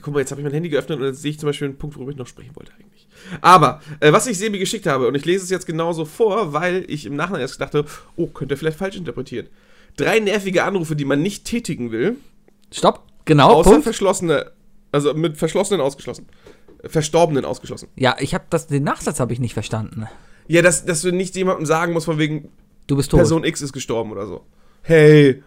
Guck mal, jetzt habe ich mein Handy geöffnet und jetzt sehe ich zum Beispiel einen Punkt, worüber ich noch sprechen wollte eigentlich. Aber, äh, was ich Sebi geschickt habe, und ich lese es jetzt genauso vor, weil ich im Nachhinein erst dachte, oh, könnte er vielleicht falsch interpretieren. Drei nervige Anrufe, die man nicht tätigen will, Stopp. Genau, außer Punkt. verschlossene, also mit verschlossenen ausgeschlossen. Äh, Verstorbenen ausgeschlossen. Ja, ich habe das, den Nachsatz habe ich nicht verstanden. Ja, dass, dass du nicht jemandem sagen musst, von wegen Du bist tot. Person X ist gestorben oder so. Hey,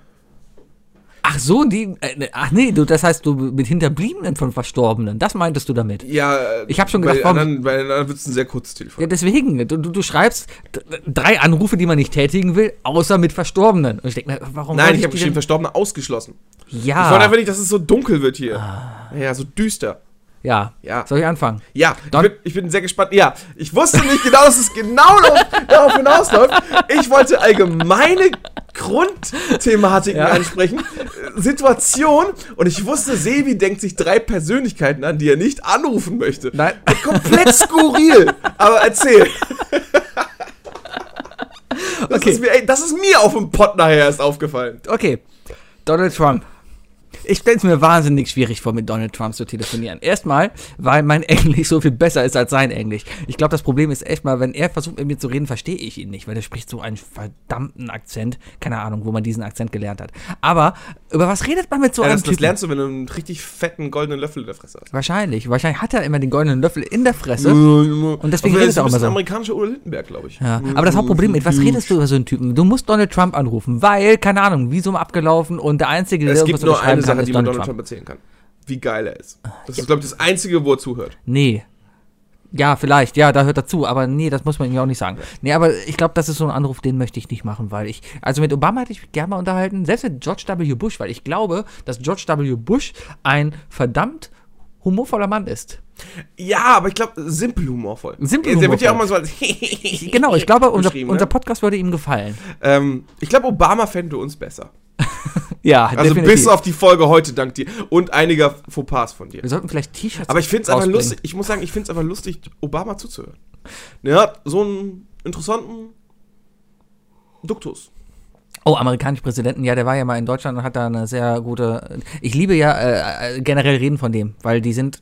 Ach so, die, äh, ach nee, du, das heißt, du mit Hinterbliebenen von Verstorbenen, das meintest du damit. ja. äh, Ich hab schon bei gedacht, den warum- anderen, Bei den anderen wird es ein sehr kurzes Telefon. Ja, deswegen, du, du, du schreibst d- d- drei Anrufe, die man nicht tätigen will, außer mit Verstorbenen. Und ich denke mir, warum soll Nein, ich habe die geschrieben, denn- Verstorbene ausgeschlossen. Ich wollte Ja, einfach nicht, dass es so dunkel wird hier. Ah. Ja, so düster. ja, Ja. Soll ich anfangen? Ja, ich Dann- bin, ich bin sehr gespannt. Ja, ich wusste nicht genau, dass es genau darauf- darauf hinausläuft. Ich wollte allgemeine Grundthematiken ansprechen, äh, Situation und ich wusste, Sebi denkt sich drei Persönlichkeiten an, die er nicht anrufen möchte. Nein. Komplett skurril. Aber erzähl. Das, Okay. ist mir, ey, das ist mir auf dem Pott nachher erst aufgefallen. Okay, Donald Trump. Ich stelle es mir wahnsinnig schwierig vor, mit Donald Trump zu telefonieren. Erstmal, weil mein Englisch so viel besser ist als sein Englisch. Ich glaube, das Problem ist echt mal, wenn er versucht, mit mir zu reden, verstehe ich ihn nicht, weil er spricht so einen verdammten Akzent. Keine Ahnung, wo man diesen Akzent gelernt hat. Aber über was redet man mit so Ja, einem das, das Typen? lernst du, wenn du einen richtig fetten goldenen Löffel in der Fresse hast. Wahrscheinlich. Wahrscheinlich hat er immer den goldenen Löffel in der Fresse. Äh, Und deswegen redet er auch immer so. amerikanischer Udo Lindenberg, glaube ich. Mhm. Ja, aber das Hauptproblem ist, was redest du über so einen Typen? Du musst Donald Trump anrufen, weil, keine Ahnung, Visum abgelaufen und der Einzige, der Es gibt nur unterschreiben eine Sache, ist die man Donald Trump erzählen kann. Wie geil er Ah, ist. Das ist, glaube ich, das Einzige, wo er zuhört. Nee. Ja, vielleicht, ja, da hört dazu, aber nee, das muss man ihm auch nicht sagen. Nee, aber ich glaube, das ist so ein Anruf, den möchte ich nicht machen, weil ich, also mit Obama hätte ich mich gerne mal unterhalten, selbst mit George W. Bush, weil ich glaube, dass George W. Bush ein verdammt humorvoller Mann ist. Ja, aber ich glaube, simpel humorvoll. Simpel Der wird ja auch mal so humorvoll. als Genau, ich glaube, unser, Beschrieben, unser ne? Podcast würde ihm gefallen. ähm, Ich glaube, Obama fände uns besser. Ja, Also bis auf die Folge heute, dank dir. Und einiger Fauxpas von dir. Wir sollten vielleicht T-Shirts Aber ich finde es einfach rausbringen. lustig, ich muss sagen, ich finde es einfach lustig, Obama zuzuhören. Er hat so einen interessanten Duktus. Oh, amerikanische Präsidenten, ja, der war ja mal in Deutschland und hat da eine sehr gute. Ich liebe ja äh, äh, generell Reden von dem, weil die sind,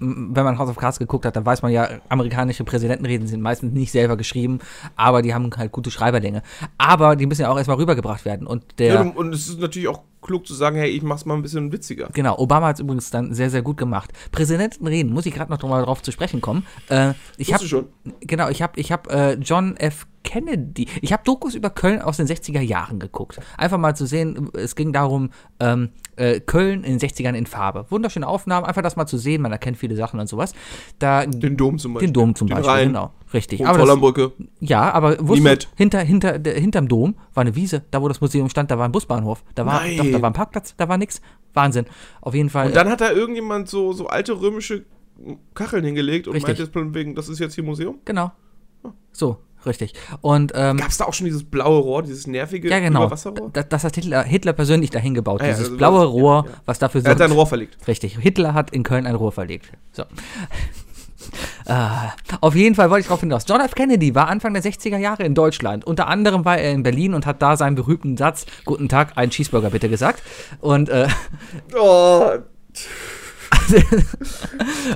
m- wenn man House of Cards geguckt hat, dann weiß man ja, amerikanische Präsidentenreden sind meistens nicht selber geschrieben, aber die haben halt gute Schreiberlänge. Aber die müssen ja auch erstmal rübergebracht werden. Und der. Und es ist natürlich auch klug zu sagen, hey, ich mach's mal ein bisschen witziger. Genau, Obama hat es übrigens dann sehr, sehr gut gemacht. Präsidenten reden, muss ich gerade noch mal drauf zu sprechen kommen. Äh, ich Wusstest habe du schon? Genau, ich habe ich hab, äh, John F. Kennedy. Ich habe Dokus über Köln aus den 60er Jahren geguckt. Einfach mal zu sehen, es ging darum, ähm, äh, Köln in den 60ern in Farbe. Wunderschöne Aufnahmen, einfach das mal zu sehen, man erkennt viele Sachen und sowas. Da, den, Den Dom zum Beispiel. Dom zum den Beispiel, Rhein, genau. Richtig. Hohen Aber das, Zollernbrücke. ja, aber Niemett. wusstest, du, hinter, hinter, der- hinterm Dom war eine Wiese, da wo das Museum stand, da war ein Busbahnhof, da war, Nein. doch, da war ein Parkplatz, da war nix. Wahnsinn. Auf jeden Fall. Und dann hat da irgendjemand so, so alte römische Kacheln hingelegt und Richtig. meinte jetzt von wegen, das ist jetzt hier Museum. genau. So, richtig. Und ähm, Gab's da auch schon dieses blaue Rohr, dieses nervige Ja, genau. Überwasserrohr? Das, das hat Hitler, Hitler persönlich dahin gebaut. Ah ja, dieses also blaue das- Rohr, was dafür Er hat sorgt. sein Rohr verlegt. Richtig. Hitler hat in Köln ein Rohr verlegt. So. Ah, auf jeden Fall wollte ich darauf hinaus. John F. Kennedy war Anfang der 60er Jahre in Deutschland. Unter anderem war er in Berlin und hat da seinen berühmten Satz, Guten Tag, einen Cheeseburger bitte gesagt. Und äh, Oh.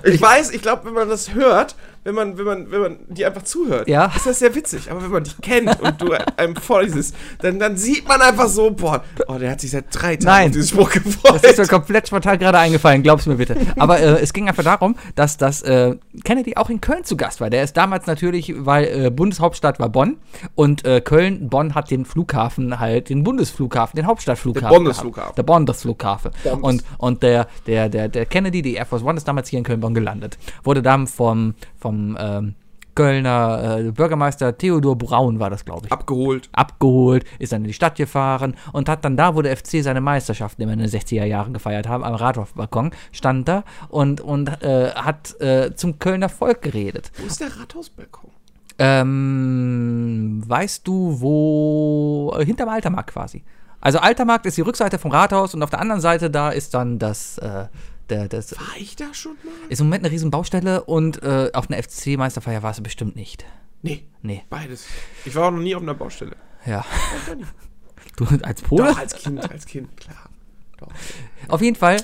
ich weiß, ich glaube, wenn man das hört, wenn man, wenn man, wenn man die einfach zuhört, Ja. ist das sehr witzig. Aber wenn man dich kennt und du einem vorliest, dann, dann sieht man einfach so, boah, oh, der hat sich seit drei Tagen Nein. auf diesen Spruch Das ist mir gefreut. komplett spontan gerade eingefallen, glaub's mir bitte. Aber äh, es ging einfach darum, dass, dass äh, Kennedy auch in Köln zu Gast war. Der ist damals natürlich, weil äh, Bundeshauptstadt war Bonn und äh, Köln, Bonn hat den Flughafen halt, den Bundesflughafen, den Hauptstadtflughafen. Der Bundesflughafen. gehabt. Der Bundesflughafen. Bondes. Und, und der, der, der, der Kennedy, die Air Force One, ist damals hier in Köln-Bonn gelandet. Wurde dann vom, vom ähm, Kölner äh, Bürgermeister Theodor Braun, war das, glaube ich Abgeholt. abgeholt, ist dann in die Stadt gefahren und hat dann da, wo der FC seine Meisterschaften immer in den 60er Jahren gefeiert haben, am Rathausbalkon, stand da und, und äh, hat äh, zum Kölner Volk geredet. Wo ist der Rathausbalkon? Ähm, weißt du, wo. äh, Hinterm Altermarkt quasi. Also Altermarkt ist die Rückseite vom Rathaus und auf der anderen Seite da ist dann das. Äh, der, das War ich da schon mal? ist im Moment eine riesen Baustelle und äh, auf einer FC-Meisterfeier war es bestimmt nicht. Nee, Nee, beides. Ich war auch noch nie auf einer Baustelle. ja. doch nicht. Du als Pole? Doch, als Kind, als Kind, klar. Doch. Auf jeden Fall,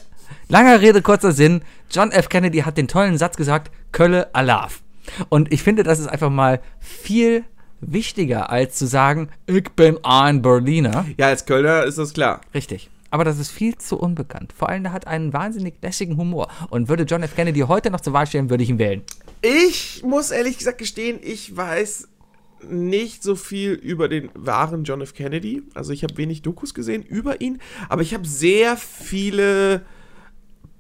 langer Rede, kurzer Sinn. John F. Kennedy hat den tollen Satz gesagt: Kölle Alav. Und ich finde, das ist einfach mal viel wichtiger, als zu sagen: Ich bin ein Berliner. Ja, als Kölner ist das klar. Richtig. Aber das ist viel zu unbekannt. Vor allem, der hat einen wahnsinnig lässigen Humor. Und würde John F. Kennedy heute noch zur Wahl stellen, würde ich ihn wählen. Ich muss ehrlich gesagt gestehen, ich weiß nicht so viel über den wahren John F. Kennedy. Also ich habe wenig Dokus gesehen über ihn, aber ich habe sehr viele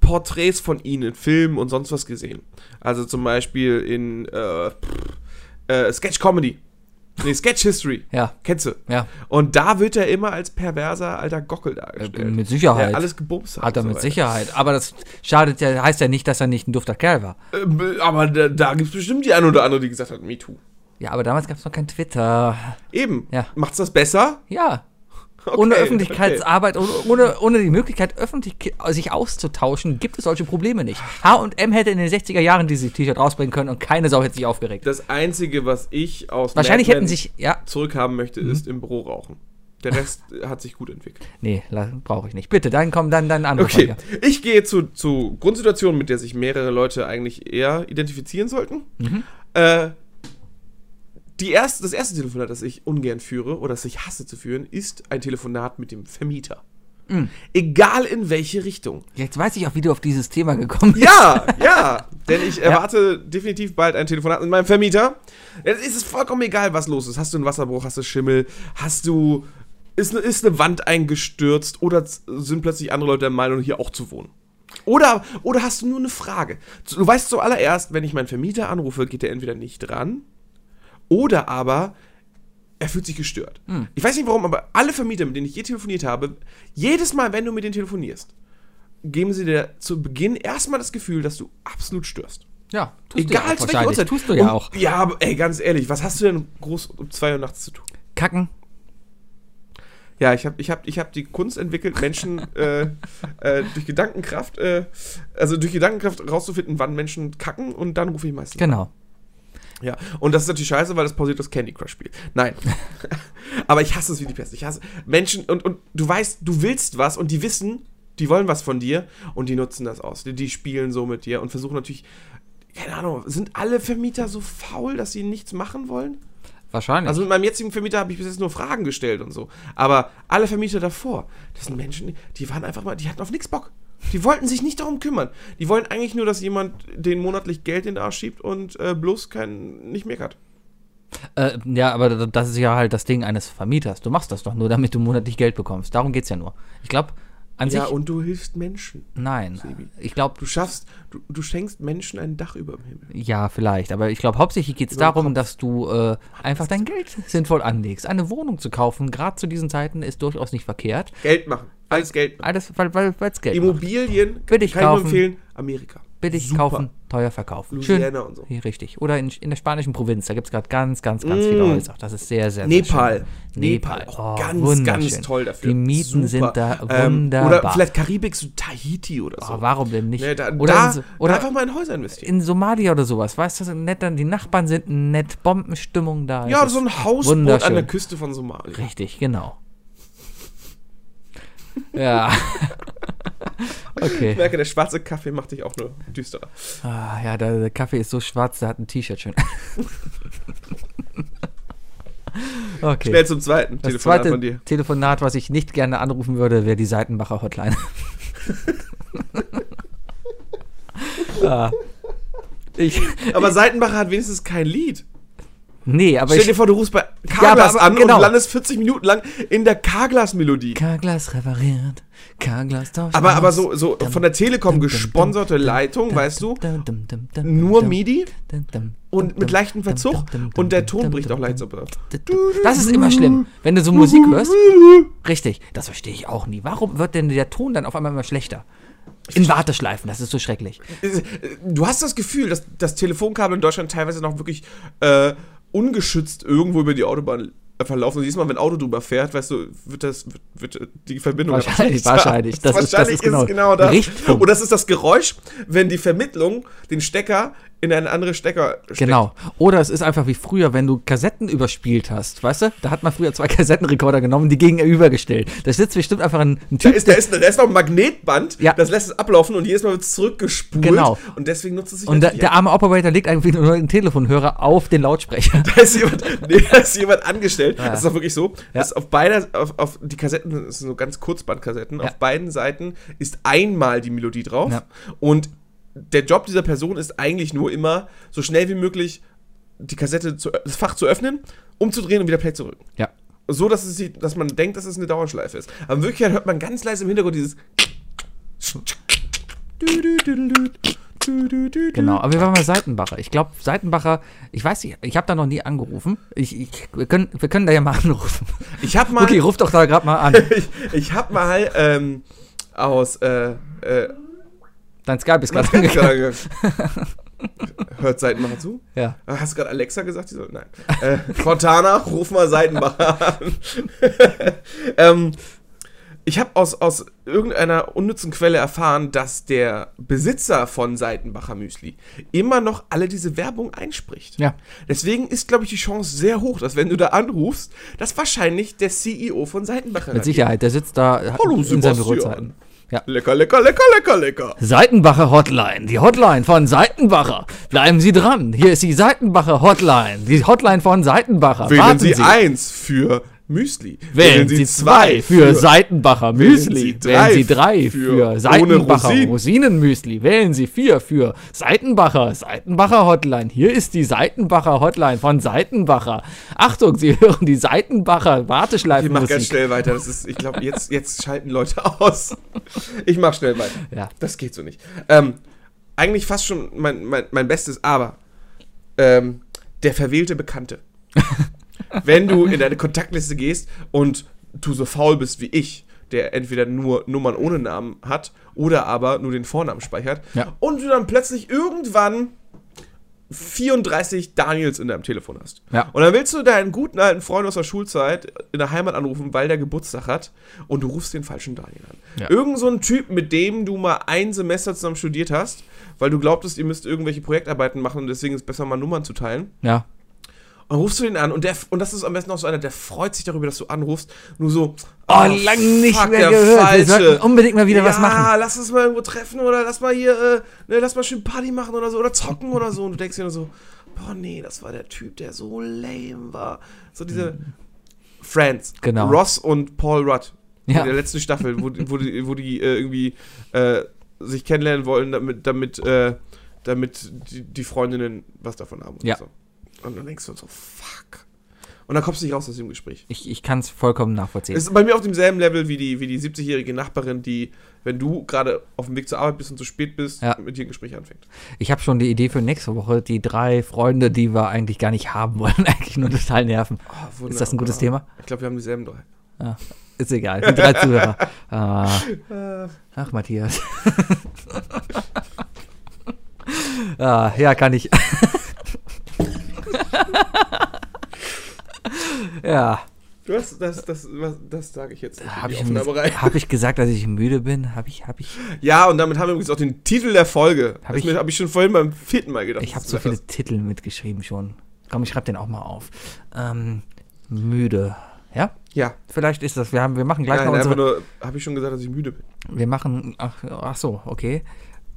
Porträts von ihm in Filmen und sonst was gesehen. Also zum Beispiel in äh, pff, äh, Sketch Comedy. Nee, Sketch History. Ja. Kennst du? Ja. Und da wird er immer als perverser alter Gockel dargestellt. Äh, Mit Sicherheit. Der alles gebumst hat. Hat er und so mit weiter. Sicherheit. Aber das schadet ja, heißt ja nicht, dass er nicht ein dufter Kerl war. Äh, Aber da, da gibt es bestimmt die eine oder andere, die gesagt hat, Me Too. Ja, aber damals gab es noch kein Twitter. Eben. Ja. Macht's das besser? Ja, Okay, ohne Öffentlichkeitsarbeit, ohne, ohne, ohne die Möglichkeit, öffentlich sich auszutauschen, gibt es solche Probleme nicht. H&M hätte in den 60er Jahren dieses T-Shirt rausbringen können und keine Sau hätte sich aufgeregt. Das Einzige, was ich aus Wahrscheinlich Mad hätten Men sich, ja, Mhm. zurückhaben möchte, ist im Büro rauchen. Der Rest hat sich gut entwickelt. nee, brauche ich nicht. Bitte, dann komm, dann, dann andere Okay, Frage. ich gehe zu, zu Grundsituationen, mit der sich mehrere Leute eigentlich eher identifizieren sollten. Mhm. Äh, die erste, das erste Telefonat, das ich ungern führe oder das ich hasse zu führen, ist ein Telefonat mit dem Vermieter. Mhm. Egal in welche Richtung. Jetzt weiß ich auch, wie du auf dieses Thema gekommen bist. Ja, ja, denn ich erwarte definitiv bald ein Telefonat mit meinem Vermieter. Es ist vollkommen egal, was los ist. Hast du einen Wasserbruch, hast du Schimmel, hast du. Ist eine, ist eine Wand eingestürzt oder z- sind plötzlich andere Leute der Meinung, hier auch zu wohnen? Oder, oder hast du nur eine Frage? Du weißt zuallererst, wenn ich meinen Vermieter anrufe, geht er entweder nicht ran oder aber er fühlt sich gestört. Ich weiß nicht warum, aber alle Vermieter, mit denen ich je telefoniert habe, jedes Mal, wenn du mit denen telefonierst, geben sie dir zu Beginn erstmal das Gefühl, dass du absolut störst. Ja, tust Egal du zu ja welcher auch wahrscheinlich. Uhrzeit. Tust du ja Und- auch. Ja, aber ey, ganz ehrlich, was hast du denn groß um 2 Uhr nachts zu tun? Kacken. Ja, ich habe ich hab, ich hab die Kunst entwickelt, Menschen äh, äh, durch Gedankenkraft, äh, also durch Gedankenkraft rauszufinden, wann Menschen kacken und dann rufe ich meistens. Genau. Ja, und das ist natürlich scheiße, weil das pausiert das Candy Crush Spiel. Nein. Aber ich hasse es wie die Pest. Ich hasse Menschen und, und du weißt, du willst was und die wissen, die wollen was von dir und die nutzen das aus. Die, die spielen so mit dir und versuchen natürlich, keine Ahnung, sind alle Vermieter so faul, dass sie nichts machen wollen? Wahrscheinlich. Also mit meinem jetzigen Vermieter habe ich bis jetzt nur Fragen gestellt und so. Aber alle Vermieter davor, das sind Menschen, die waren einfach mal, die hatten auf nichts Bock. Die wollten sich nicht darum kümmern. Die wollen eigentlich nur, dass jemand den monatlich Geld in den Arsch schiebt und äh, bloß kein, nicht meckert. äh, ja, aber d- das ist ja halt das Ding eines Vermieters. Du machst das doch nur, damit du monatlich Geld bekommst. Darum geht's ja nur. Ich glaube, an Ja, sich. und du hilfst Menschen. nein. Ich glaube, Du schaffst, du, du schenkst Menschen ein Dach über dem Himmel. Ja, vielleicht. Aber ich glaube, hauptsächlich geht es darum, dass du äh, einfach dein Geld sinnvoll anlegst. Eine Wohnung zu kaufen, gerade zu diesen Zeiten, ist durchaus nicht verkehrt. Geld machen. Alles Geld machen. Alles, weil weil, weil's Geld macht. Immobilien Würde ich kann ich nur kaufen. empfehlen. Amerika. Billig Super. kaufen, teuer verkaufen. Louisiana und so. Hier, richtig. Oder in, in der spanischen Provinz. Da gibt es gerade ganz, ganz, ganz viele Häuser. Das ist sehr, sehr, sehr Mm. Nepal. schön. Nepal. Auch Oh, ganz, wunderschön. ganz toll dafür. Die Super. Mieten sind da Ähm, wunderbar. Oder vielleicht Karibik, so Tahiti oder so. oh, warum denn nicht? Nee, da, oder da, in so- da oder einfach mal in Häuser investieren. in Somalia oder sowas. Weißt du, sind nett dann die Nachbarn sind nett, Bombenstimmung da. ja, Es so ist ein Hausboot an wunderschön. der Küste von Somalia. Richtig, genau. ja. Ich okay. merke, der schwarze Kaffee macht dich auch nur düsterer. Ah, ja, der, der Kaffee ist so schwarz, der hat ein T-Shirt schon. okay. Schnell zum zweiten das Telefonat zweite von dir. Telefonat, was ich nicht gerne anrufen würde, wäre die Seitenbacher Hotline. ah. Ich, Aber Seitenbacher hat wenigstens kein Lied. nee, aber Stell ich dir vor, du rufst bei Carglass aber- an genau. und landest 40 Minuten lang in der Carglass-Melodie. K-Glas repariert, K-Glas tauscht. Aber, aber aus. so, so von der Telekom gesponserte Leitung, weißt du, Dum, dum, dum, dum, nur dum, MIDI dum, dum, und dum, mit dum, leichtem dum, Verzug dum, dum, und der dum, Ton dum, bricht dum, auch dum, leicht so. Das ist immer schlimm, wenn du so Musik hörst. Richtig, das verstehe ich auch nie. Warum wird denn der Ton dann auf einmal immer schlechter? In Warteschleifen, das ist so schrecklich. Du hast das Gefühl, dass das Telefonkabel in Deutschland teilweise noch wirklich äh, ungeschützt irgendwo über die Autobahn verlaufen. Und jedes Mal, wenn ein Auto drüber fährt, weißt du, wird, das, wird, wird äh, die Verbindung Wahrscheinlich, schlechter. wahrscheinlich. Das ist- das wahrscheinlich ist genau- es genau das. Richtfunk. Und das ist das Geräusch, wenn die Vermittlung den Stecker in einen anderen Stecker steckt. Genau. Oder es ist einfach wie früher, wenn du Kassetten überspielt hast, weißt du? Da hat man früher zwei Kassettenrekorder genommen, die gegenübergestellt. Da sitzt bestimmt einfach ein, ein Da Typ. ist, da, ist, da ist noch ein Magnetband, Ja. das lässt es ablaufen und jedes Mal wird es zurückgespult. Genau. Und deswegen nutzt es sich und da, natürlich der arme Operator legt eigentlich nur den Telefonhörer auf den Lautsprecher. Da ist jemand, nee, da ist jemand Ah angestellt. Das ist doch wirklich so. Das ist auf beider, auf, auf die Kassetten, das sind so ganz Kurzbandkassetten, auf beiden Seiten ist einmal die Melodie drauf. Ja. Und der Job dieser Person ist eigentlich nur immer, so schnell wie möglich die Kassette, zu, das Fach zu öffnen, umzudrehen und wieder Play zu drücken. Ja. So, dass, es, sie- dass man denkt, dass es eine Dauerschleife ist. Aber in Wirklichkeit hört man ganz leise im Hintergrund dieses. Genau, aber wir waren bei Seitenbacher. Ich glaube, Seitenbacher, ich weiß nicht, ich habe da noch nie angerufen. Ich, ich, wir, können, wir können da ja mal anrufen. Ich hab mal. Okay, ruf doch da gerade mal an. ich, ich hab mal ähm, aus. Äh, äh, Dein Skype ist gerade Ganz angegangen. klar. Hört Seitenbacher zu? Ja. Ah, Hast du gerade Alexa gesagt? Die soll, nein. Äh, Cortana, ruf mal Seitenbacher an. ähm, ich habe aus, aus irgendeiner unnützen Quelle erfahren, dass der Besitzer von Seitenbacher Müsli immer noch alle diese Werbung einspricht. Ja. Deswegen ist, glaube ich, die Chance sehr hoch, dass wenn du da anrufst, dass wahrscheinlich der CEO von Seitenbacher Mit Sicherheit, der sitzt da Hallo, in seinen Sebastian. Bürozeiten. Ja. Lecker, lecker, lecker, lecker, lecker. Seitenbacher Hotline, die Hotline von Seitenbacher. Bleiben Sie dran. Hier ist die Seitenbacher Hotline, die Hotline von Seitenbacher. Wählen Sie eins für Müsli. Wählen Sie zwei für Seitenbacher Müsli. Wählen Sie Wählen drei Sie drei für für ohne Seitenbacher Rosinen. Rosinenmüsli. Wählen Sie vier für Seitenbacher Seitenbacher Hotline. Hier ist die Seitenbacher Hotline von Seitenbacher. Achtung, Sie hören die Seitenbacher Ich mach ganz Warteschleifenmusik. schnell weiter. Das ist, ich glaube, jetzt, jetzt schalten Leute aus. Ich mach schnell weiter. Ja. Das geht so nicht. Ähm, eigentlich fast schon mein, mein, mein Bestes, aber ähm, der verwählte Bekannte. Wenn du in deine Kontaktliste gehst und du so faul bist wie ich, der entweder nur Nummern ohne Namen hat oder aber nur den Vornamen speichert Ja. und du dann plötzlich irgendwann 34 Daniels in deinem Telefon hast. Ja. Und dann willst du deinen guten alten Freund aus der Schulzeit in der Heimat anrufen, weil der Geburtstag hat und du rufst den falschen Daniel an. Ja. Irgend so ein Typ, mit dem du mal ein Semester zusammen studiert hast, weil du glaubtest, ihr müsst irgendwelche Projektarbeiten machen und deswegen ist es besser, mal Nummern zu teilen. Ja. Und dann rufst du den an und, der, und das ist am besten auch so einer, der freut sich darüber, dass du anrufst, nur so, ah, Oh, lang nicht fuck, mehr der gehört. Wir Falsche. sollten unbedingt mal ja, wieder was machen. lass uns mal irgendwo treffen oder lass mal hier, äh, ne, lass mal schön Party machen oder so oder zocken oder so. Und du denkst dir nur so, boah nee, das war der Typ, der so lame war. So diese Friends. Mhm. Genau. Ross und Paul Rudd. Ja. In der letzten Staffel, wo, die- wo die, wo die äh, irgendwie äh, sich kennenlernen wollen, damit, damit, äh, damit die, die Freundinnen was davon haben. und Ja. So. Und dann denkst du so, fuck. Und dann kommst du nicht raus aus dem Gespräch. Ich, ich kann es vollkommen nachvollziehen. Ist bei mir auf demselben Level wie die, wie die 70-jährige Nachbarin, die, wenn du gerade auf dem Weg zur Arbeit bist und zu spät bist, Ja. mit dir ein Gespräch anfängt. Ich habe schon die Idee für nächste Woche. Die drei Freunde, die wir eigentlich gar nicht haben wollen, eigentlich nur total nerven. Oh, Ist das ein gutes Thema? Ich glaube, wir haben dieselben drei. Ja, ist egal. Die drei Zuhörer. Ah. Ach, Matthias. ah, ja, kann ich. ja, Du hast, das, das, was, das sage ich jetzt. habe die ich, Aufnahme rein. hab ich gesagt, dass ich müde bin? Habe ich, habe ich. Ja, und damit haben wir übrigens auch den Titel der Folge. Hab das ich- habe ich schon vorhin beim vierten Mal gedacht. Ich habe dass so du viele das- Titel mitgeschrieben schon. Komm, ich schreibe den auch mal auf. Ähm, müde. Ja? Ja, Vielleicht ist das. Wir, haben, wir machen gleich nein, noch unsere. einfach nur, habe ich schon gesagt, dass ich müde bin. Wir machen. Ach, ach so, okay.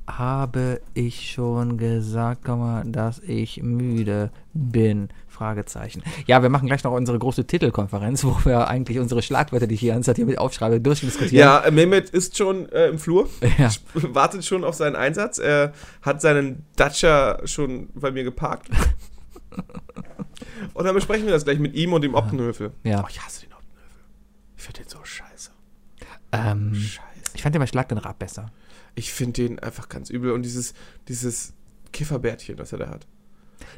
Habe ich schon gesagt, komm mal, dass ich müde bin? Fragezeichen. Ja, wir machen gleich noch unsere große Titelkonferenz, wo wir eigentlich unsere Schlagwörter, die ich hier anstatt hier mit aufschreibe, durchdiskutieren. Ja, äh, Mehmet ist schon äh, im Flur, Ja. wartet schon auf seinen Einsatz. Er hat seinen Dacia schon bei mir geparkt. und dann besprechen wir das gleich mit ihm und dem Optenhöfel. Ja. Oh, ich hasse den Optenhöfel. Ich finde den so scheiße. Ähm, Scheiße. ich fand immer Schlag den Rab besser. Ich finde den einfach ganz übel. Und dieses, dieses Kifferbärtchen, das er da hat.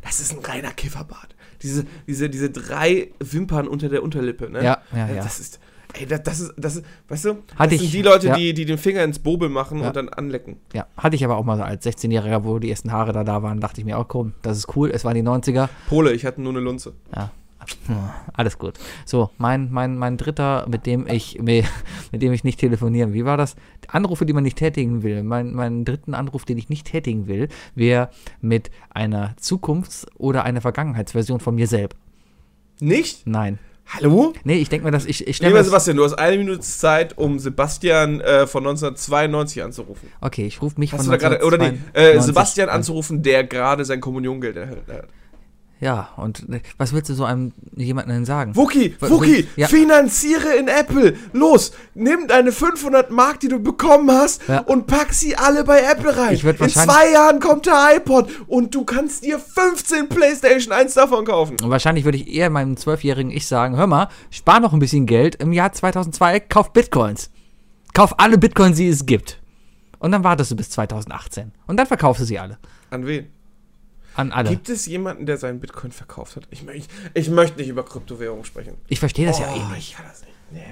Das ist ein reiner Kifferbart. Diese, diese, diese drei Wimpern unter der Unterlippe, ne? Ja, ja, ja. Das ist. Ey, das, das ist, das ist, weißt du, das Hatte ich, sind die Leute, ja. die, die den Finger ins Bobel machen Ja. und dann anlecken. Ja, hatte ich aber auch mal so als 16-Jähriger, wo die ersten Haare da da waren, dachte ich mir auch, komm, das ist cool, es waren die 90er. Pole, ich hatte nur eine Lunze. Ja. Hm, Alles gut. So, mein, mein, mein dritter, mit dem ich mit dem ich nicht telefonieren. Wie war das? Anrufe, die man nicht tätigen will. Mein, meinen dritten Anruf, den ich nicht tätigen will, wäre mit einer Zukunfts- oder einer Vergangenheitsversion von mir selbst. Nicht? Nein. Hallo? Nee, ich denke mir, dass ich, ich stell mir Lieber das, Sebastian, du hast eine Minute Zeit, um Sebastian äh, von 1992 anzurufen. Okay, ich rufe mich Hast du von da gerade, oder nee, äh, 1992 Sebastian anzurufen, der gerade sein Kommuniongeld erhält. hat. Ja, und äh, was willst du so einem jemandem denn sagen? Wookie, Wo- Wookie, ja. finanziere in Apple. Los, nimm deine 500 Mark, die du bekommen hast, Ja. und pack sie alle bei Apple rein. Ich würd in wahrscheinlich- zwei Jahren kommt der iPod und du kannst dir 15 PlayStation 1 davon kaufen. Und wahrscheinlich würde ich eher meinem zwölfjährigen Ich sagen, hör mal, spar noch ein bisschen Geld im Jahr 2002, kauf Bitcoins. Kauf alle Bitcoins, die es gibt. Und dann wartest du bis 2018. Und dann verkaufst du sie alle. An wen? An alle. Gibt es jemanden, der seinen Bitcoin verkauft hat? Ich, mö- ich, ich möchte nicht über Kryptowährungen sprechen. Ich verstehe das ja eh Oh, nicht. Ich kann das nicht. Nee.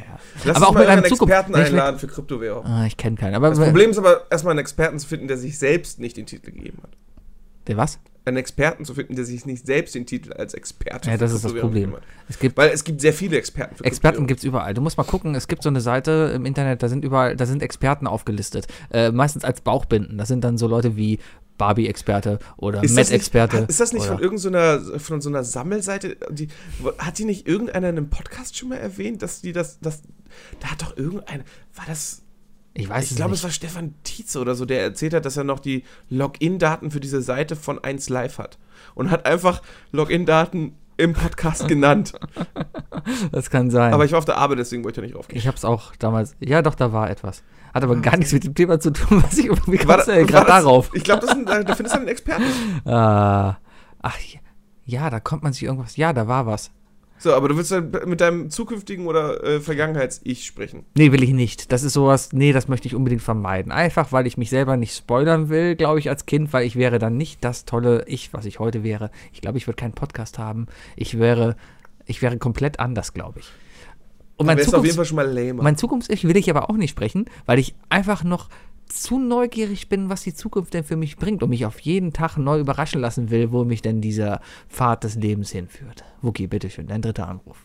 Lass Aber uns auch mit mal einem einen Zukunft- Experten Nee, ich will- einladen für Kryptowährungen. Ah, ich kenne keinen. Aber Das Problem ist aber, erstmal einen Experten zu finden, der sich selbst nicht den Titel gegeben hat. Der was? Einen Experten zu finden, der sich nicht selbst den Titel als Experte Ja, für das ist das Kryptowährungen Problem. gegeben hat. Es gibt Weil es gibt sehr viele Experten für Experten Kryptowährungen. gibt es überall. Du musst mal gucken, es gibt so eine Seite im Internet, da sind überall, da sind Experten aufgelistet. Äh, meistens als Bauchbinden. Das sind dann so Leute wie Barbie-Experte oder Ist das, nicht, Met-Experte. hat- ist das nicht oder- von irgendeiner von so einer Sammelseite? Die, wo- hat die nicht irgendeiner in einem Podcast schon mal erwähnt, dass die das, das da hat doch irgendeiner, war das Ich weiß Ich es glaube, nicht. es war Stefan Tietze oder so, der erzählt hat, dass er noch die Login-Daten für diese Seite von 1 Live hat. Und hat einfach Login-Daten im Podcast genannt. das kann sein. Aber ich war auf der Arbeit, deswegen wollte ich da nicht draufgehen. Ich habe es auch damals. Ja, doch, da war etwas. Hat aber gar nichts mit dem Thema zu tun, was ich irgendwie Ah, War gerade da- äh, war gerade das- darauf. Ich glaube, das sind- da da findest du einen Experten. Ah, ach ja. ja, da kommt man sich irgendwas. Ja, da war was. So, aber du willst dann mit deinem zukünftigen oder äh, Vergangenheits-Ich sprechen. Nee, will ich nicht. Das ist sowas, nee, das möchte ich unbedingt vermeiden. Einfach, weil ich mich selber nicht spoilern will, glaube ich, als Kind, weil ich wäre dann nicht das tolle Ich, was ich heute wäre. Ich glaube, ich würde keinen Podcast haben. Ich wäre, ich wäre komplett anders, glaube ich. Und Dann mein wärst du auf jeden Zukunfts Fall schon mal lamer. Mein Zukunfts-Ich will ich aber auch nicht sprechen, weil ich einfach noch zu neugierig bin, was die Zukunft denn für mich bringt und mich auf jeden Tag neu überraschen lassen will, wo mich denn dieser Pfad des Lebens hinführt. Wookie, bitteschön, dein dritter Anruf.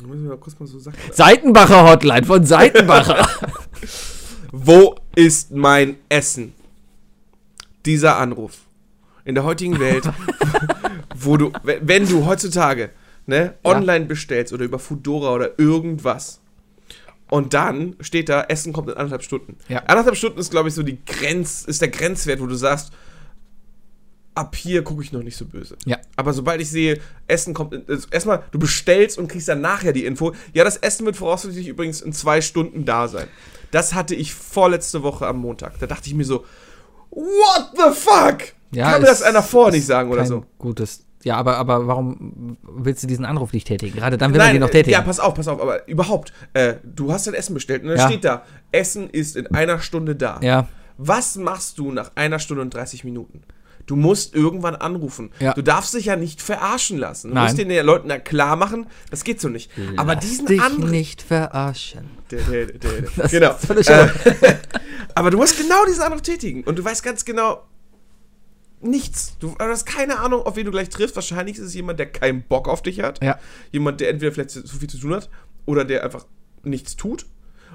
Da müssen wir mal kurz mal so sagen. Seitenbacher Hotline von Seitenbacher. Wo ist mein Essen? Dieser Anruf. In der heutigen Welt, wo du, we- wenn du heutzutage ne, Ja. online bestellst oder über Foodora oder irgendwas und dann steht da, Essen kommt in anderthalb Stunden. Ja. Anderthalb Stunden ist, glaube ich, so die Grenz, ist der Grenzwert, wo du sagst, ab hier gucke ich noch nicht so böse. Ja. Aber sobald ich sehe, Essen kommt, äh, erstmal, du bestellst und kriegst dann nachher die Info. Ja, das Essen wird voraussichtlich übrigens in zwei Stunden da sein. Das hatte ich vorletzte Woche am Montag. Da dachte ich mir so, what the fuck? Ja, Kann mir ist- das einer vorher ist nicht sagen oder kein so? Gutes. Ja, aber, aber warum willst du diesen Anruf nicht tätigen? Gerade dann will man den noch äh, tätigen. Ja, pass auf, pass auf, aber überhaupt, äh, du hast dein Essen bestellt und dann Ja. steht da, Essen ist in einer Stunde da. Ja. Was machst du nach einer Stunde und 30 Minuten? Du musst irgendwann anrufen. Ja. Du darfst dich ja nicht verarschen lassen. Du Nein. musst Mhm. den Leuten ja klar machen, das geht so nicht. Aber diesen dich Anruf. nicht verarschen. Dä, dä, dä, dä, dä. Genau. ist völlig äh, aber du musst genau diesen Anruf tätigen und du weißt ganz genau nichts. Du hast keine Ahnung, auf wen du gleich triffst. Wahrscheinlich ist es jemand, der keinen Bock auf dich hat. Ja. Jemand, der entweder vielleicht zu viel zu tun hat oder der einfach nichts tut.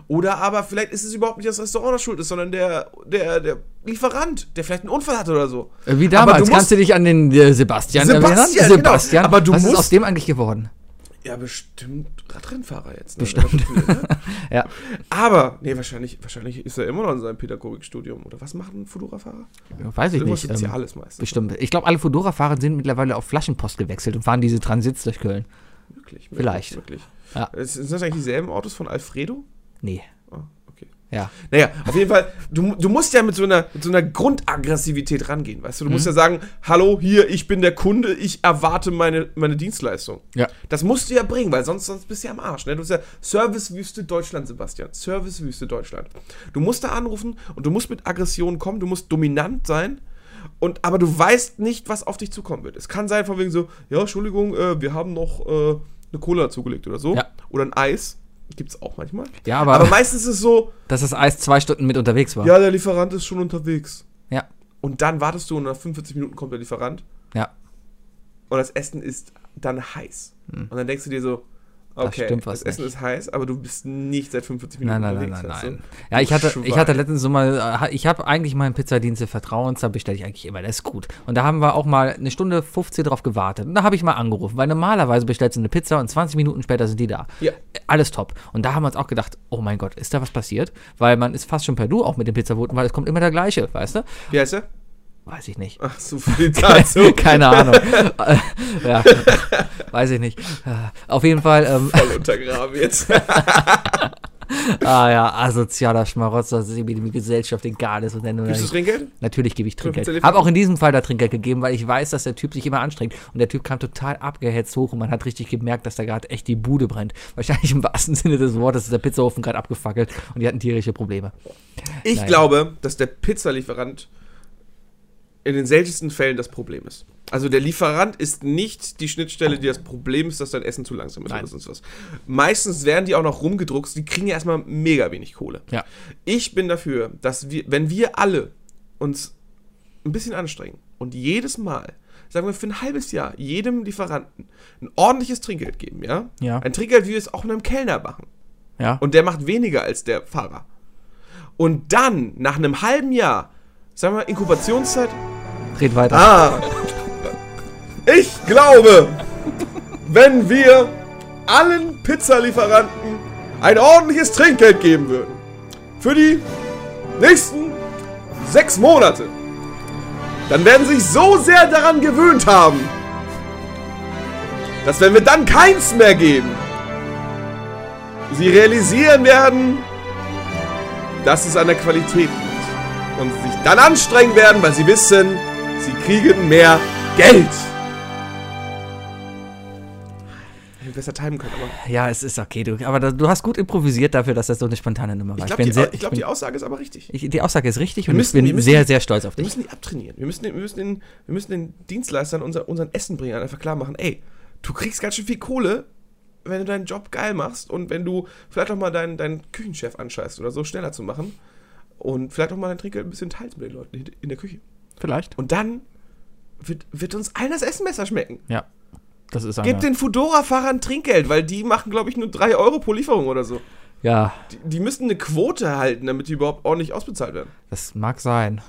Oder aber vielleicht ist es überhaupt nicht das Restaurant, das schuld ist, sondern der, der, der Lieferant, der vielleicht einen Unfall hat oder so. Äh, Wie Aber damals, du kannst musst, du dich an den äh, Sebastian Sebastian, genau. Sebastian, Aber du was ist musst- aus dem eigentlich geworden? Ja, bestimmt Radrennfahrer jetzt. Ne? Bestimmt. Ja. Aber, nee, wahrscheinlich, wahrscheinlich ist er immer noch in seinem Pädagogikstudium. Oder was macht ein Fotografahrer? Weiß ich Irgendwas nicht. Ähm, Soziales meistens. bestimmt. Ich glaube, alle Fodora-Fahrer sind mittlerweile auf Flaschenpost gewechselt und fahren diese Transits durch Köln. Wirklich, Vielleicht. Wirklich. Ja. wirklich. Es- Sind das eigentlich dieselben Autos von Alfredo? Nee. Ah, okay. Ja. Naja, auf jeden Fall, du, du musst ja mit so, einer, mit so einer Grundaggressivität rangehen, weißt du? Du Mhm. musst ja sagen, hallo, hier, ich bin der Kunde, ich erwarte meine, meine Dienstleistung. Ja. Das musst du ja bringen, weil sonst, sonst bist du ja am Arsch. Ne? Du bist ja Servicewüste Deutschland, Sebastian. Servicewüste Deutschland. Du musst da anrufen und du musst mit Aggression kommen, du musst dominant sein. Und, aber du weißt nicht, was auf dich zukommen wird. Es kann sein, von wegen so, ja, Entschuldigung, äh, wir haben noch äh, eine Cola dazugelegt oder so. Ja. Oder ein Eis. Gibt es auch manchmal. Ja, aber- aber meistens ist es so, Dass das Eis zwei Stunden mit unterwegs war. ja, der Lieferant ist schon unterwegs. Ja. Und dann wartest du und nach 45 Minuten kommt der Lieferant Ja. und das Essen ist dann heiß. Und dann denkst du dir so, okay, Hm. stimmt das was Essen nicht. ist heiß, aber du bist nicht seit 45 Minuten Nein, nein, nein, nein, weißt nein. du? Ja, ich Du hatte, ich hatte Schwein. letztens so mal, äh, ich habe eigentlich meinen Pizzadienste Vertrauens, da bestelle ich eigentlich immer, das ist gut. Und da haben wir auch mal eine Stunde 15 drauf gewartet. Und da habe ich mal angerufen, weil normalerweise bestellst du eine Pizza und 20 Minuten später sind die da. Ja. Äh, Alles top. Und da haben wir uns auch gedacht, oh mein Gott, ist da was passiert? Weil man ist fast schon per Du auch mit den Pizzaboten, weil es kommt immer der gleiche, weißt du? Wie heißt er? Weiß ich nicht. Ach, Ah, so viel dazu. Keine Ahnung. Äh, ja, weiß ich nicht. Äh, Auf jeden Fall. Ähm, Voll untergraben jetzt. Ah ja, asozialer Schmarotzer, das ist irgendwie die Gesellschaft egal ist. Und dann Gibst du Trinkgeld? Natürlich gebe ich Fünfzehn Trinkgeld. Liter? Habe auch in diesem Fall da Trinkgeld gegeben, weil ich weiß, dass der Typ sich immer anstrengt. Und der Typ kam total abgehetzt hoch und man hat richtig gemerkt, dass da gerade echt die Bude brennt. Wahrscheinlich im wahrsten Sinne des Wortes ist der Pizzaofen gerade abgefackelt und die hatten tierische Probleme. Ich Nein. glaube, dass der Pizzalieferant in den seltensten Fällen das Problem ist. Also der Lieferant ist nicht die Schnittstelle, die das Problem ist, dass dein Essen zu langsam ist Nein. oder sonst was. Meistens werden die auch noch rumgedruckst, die kriegen ja erstmal mega wenig Kohle. Ja. Ich bin dafür, dass wir, wenn wir alle uns ein bisschen anstrengen und jedes Mal, sagen wir für ein halbes Jahr, jedem Lieferanten ein ordentliches Trinkgeld geben, ja? Ja. Ein Trinkgeld, wie wir es auch einem Kellner machen Ja. und der macht weniger als der Fahrer. Und dann, nach einem halben Jahr, sagen wir Inkubationszeit. Red weiter. Ah! Ich glaube, wenn wir allen Pizzalieferanten ein ordentliches Trinkgeld geben würden, für die nächsten sechs Monate, dann werden sie sich so sehr daran gewöhnt haben, dass wenn wir dann keins mehr geben, sie realisieren werden, dass es an der Qualität liegt und sich dann anstrengen werden, weil sie wissen, sie kriegen mehr Geld. Ich hätte besser timen können, aber Ja, es ist okay. Du, aber da, du hast gut improvisiert dafür, dass das so eine spontane Nummer war. ich glaube, bin die, sehr- ich glaub, bin- die Aussage ist aber richtig. ich, die Aussage ist richtig Wir und müssen- ich wir bin müssen- sehr, sehr stolz auf Wir dich. müssen die abtrainieren. Wir müssen, den- wir müssen, den, wir müssen den Dienstleistern, unser, unseren Essenbringern einfach klar machen, ey, du kriegst ganz schön viel Kohle, wenn du deinen Job geil machst und wenn du vielleicht auch mal deinen, deinen Küchenchef anscheißt oder so, schneller zu machen. Und vielleicht auch mal dein Trinkgeld ein bisschen teilst mit den Leuten in- in der Küche. Vielleicht. Und dann wird, wird uns allen das Essen besser schmecken. Ja. Das ist Gib eine. den Fudora-Fahrern Trinkgeld, weil die machen, glaube ich, nur 3 Euro pro Lieferung oder so. Ja, Die, die müssen eine Quote halten, damit die überhaupt ordentlich ausbezahlt werden. das mag sein.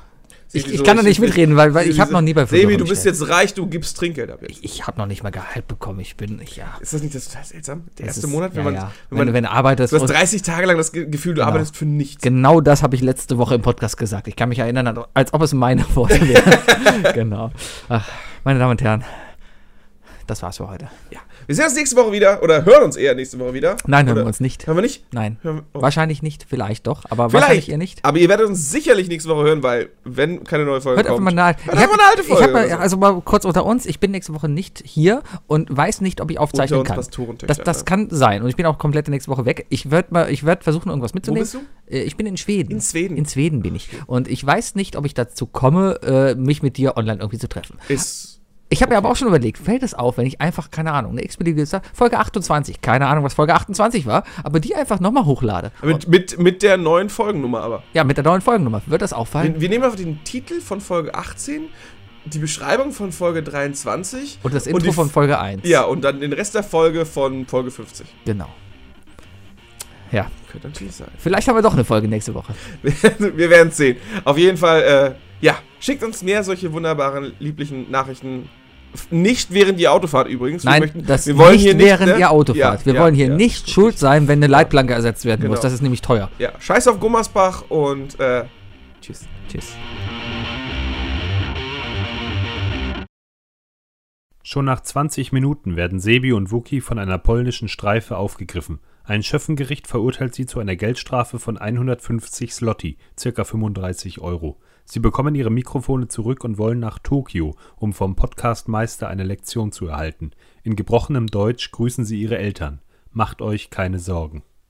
Ich, ich kann da nicht mitreden, weil, weil ich habe noch nie bei Sebi, Verwirrung du bist bestellt. jetzt reich, du gibst Trinkgeld ab jetzt. Ich, ich habe noch nicht mal Gehalt bekommen. Ich bin, ich, ja. Ist das nicht das total seltsam? Der Das erste ist- Monat, wenn ja, man, ja. Wenn man wenn arbeitest. du hast und- 30 Tage lang das Ge- Gefühl, du arbeitest für nichts. Genau das habe ich letzte Woche im Podcast gesagt. Ich kann mich erinnern, als ob es meine Worte wären. genau. Ach, meine Damen und Herren, das war's für heute. Ja. Wir sehen uns nächste Woche wieder oder hören uns eher nächste Woche wieder. Nein, hören Oder- wir uns nicht. Hören wir nicht? Nein. Hören wir, oh. Wahrscheinlich nicht, vielleicht doch, aber wahrscheinlich Vielleicht. eher nicht. Aber ihr werdet uns sicherlich nächste Woche hören, weil wenn keine neue Folge Hört einfach kommt. mal eine, ich hört einfach mal eine alte ich Folge. hab mal, oder so. also mal kurz unter uns, ich bin nächste Woche nicht hier und weiß nicht, ob ich Unter aufzeichnen uns kann. Pastorentöchter, Das, das ja. kann sein und ich bin auch komplett nächste Woche weg. Ich werde ich werd versuchen, irgendwas mitzunehmen. bist du? Äh, Ich bin in Schweden. In Schweden. In Schweden bin ich. Und ich weiß nicht, ob ich dazu komme, äh, mich mit dir online irgendwie zu treffen. ist Ich habe mir aber auch schon überlegt, fällt es auf, wenn ich einfach, keine Ahnung, eine x-beliebige Sa- Folge 28, keine Ahnung, was Folge 28 war, aber die einfach nochmal hochlade. mit, mit, mit der neuen Folgennummer aber. Ja, mit der neuen Folgennummer. Wird das auffallen? Wir, wir nehmen einfach den Titel von Folge 18, die Beschreibung von Folge 23 Und das Intro die von F- Folge 1. Ja, und dann den Rest der Folge von Folge 50. Genau. Ja, Könnte natürlich sein. vielleicht haben wir doch eine Folge nächste Woche. wir werden es sehen. Auf jeden Fall, äh, ja, schickt uns mehr solche wunderbaren, lieblichen Nachrichten. F- Nicht während ihr Autofahrt übrigens. Nein, wir möchten, das wir wollen nicht hier während ne? ihr Auto fahrt. Ja, wir ja, wollen hier ja. nicht schuld sein, wenn eine Leitplanke ersetzt werden muss. Genau. Das ist nämlich teuer. Ja, scheiß auf Gummersbach und äh, tschüss. Tschüss. Schon nach 20 Minuten werden Sebi und Wuki von einer polnischen Streife aufgegriffen. Ein Schöffengericht verurteilt sie zu einer Geldstrafe von 150 Slotti, circa 35 Euro. Sie bekommen ihre Mikrofone zurück und wollen nach Tokio, um vom Podcastmeister eine Lektion zu erhalten. In gebrochenem Deutsch grüßen sie ihre Eltern. Macht euch keine Sorgen.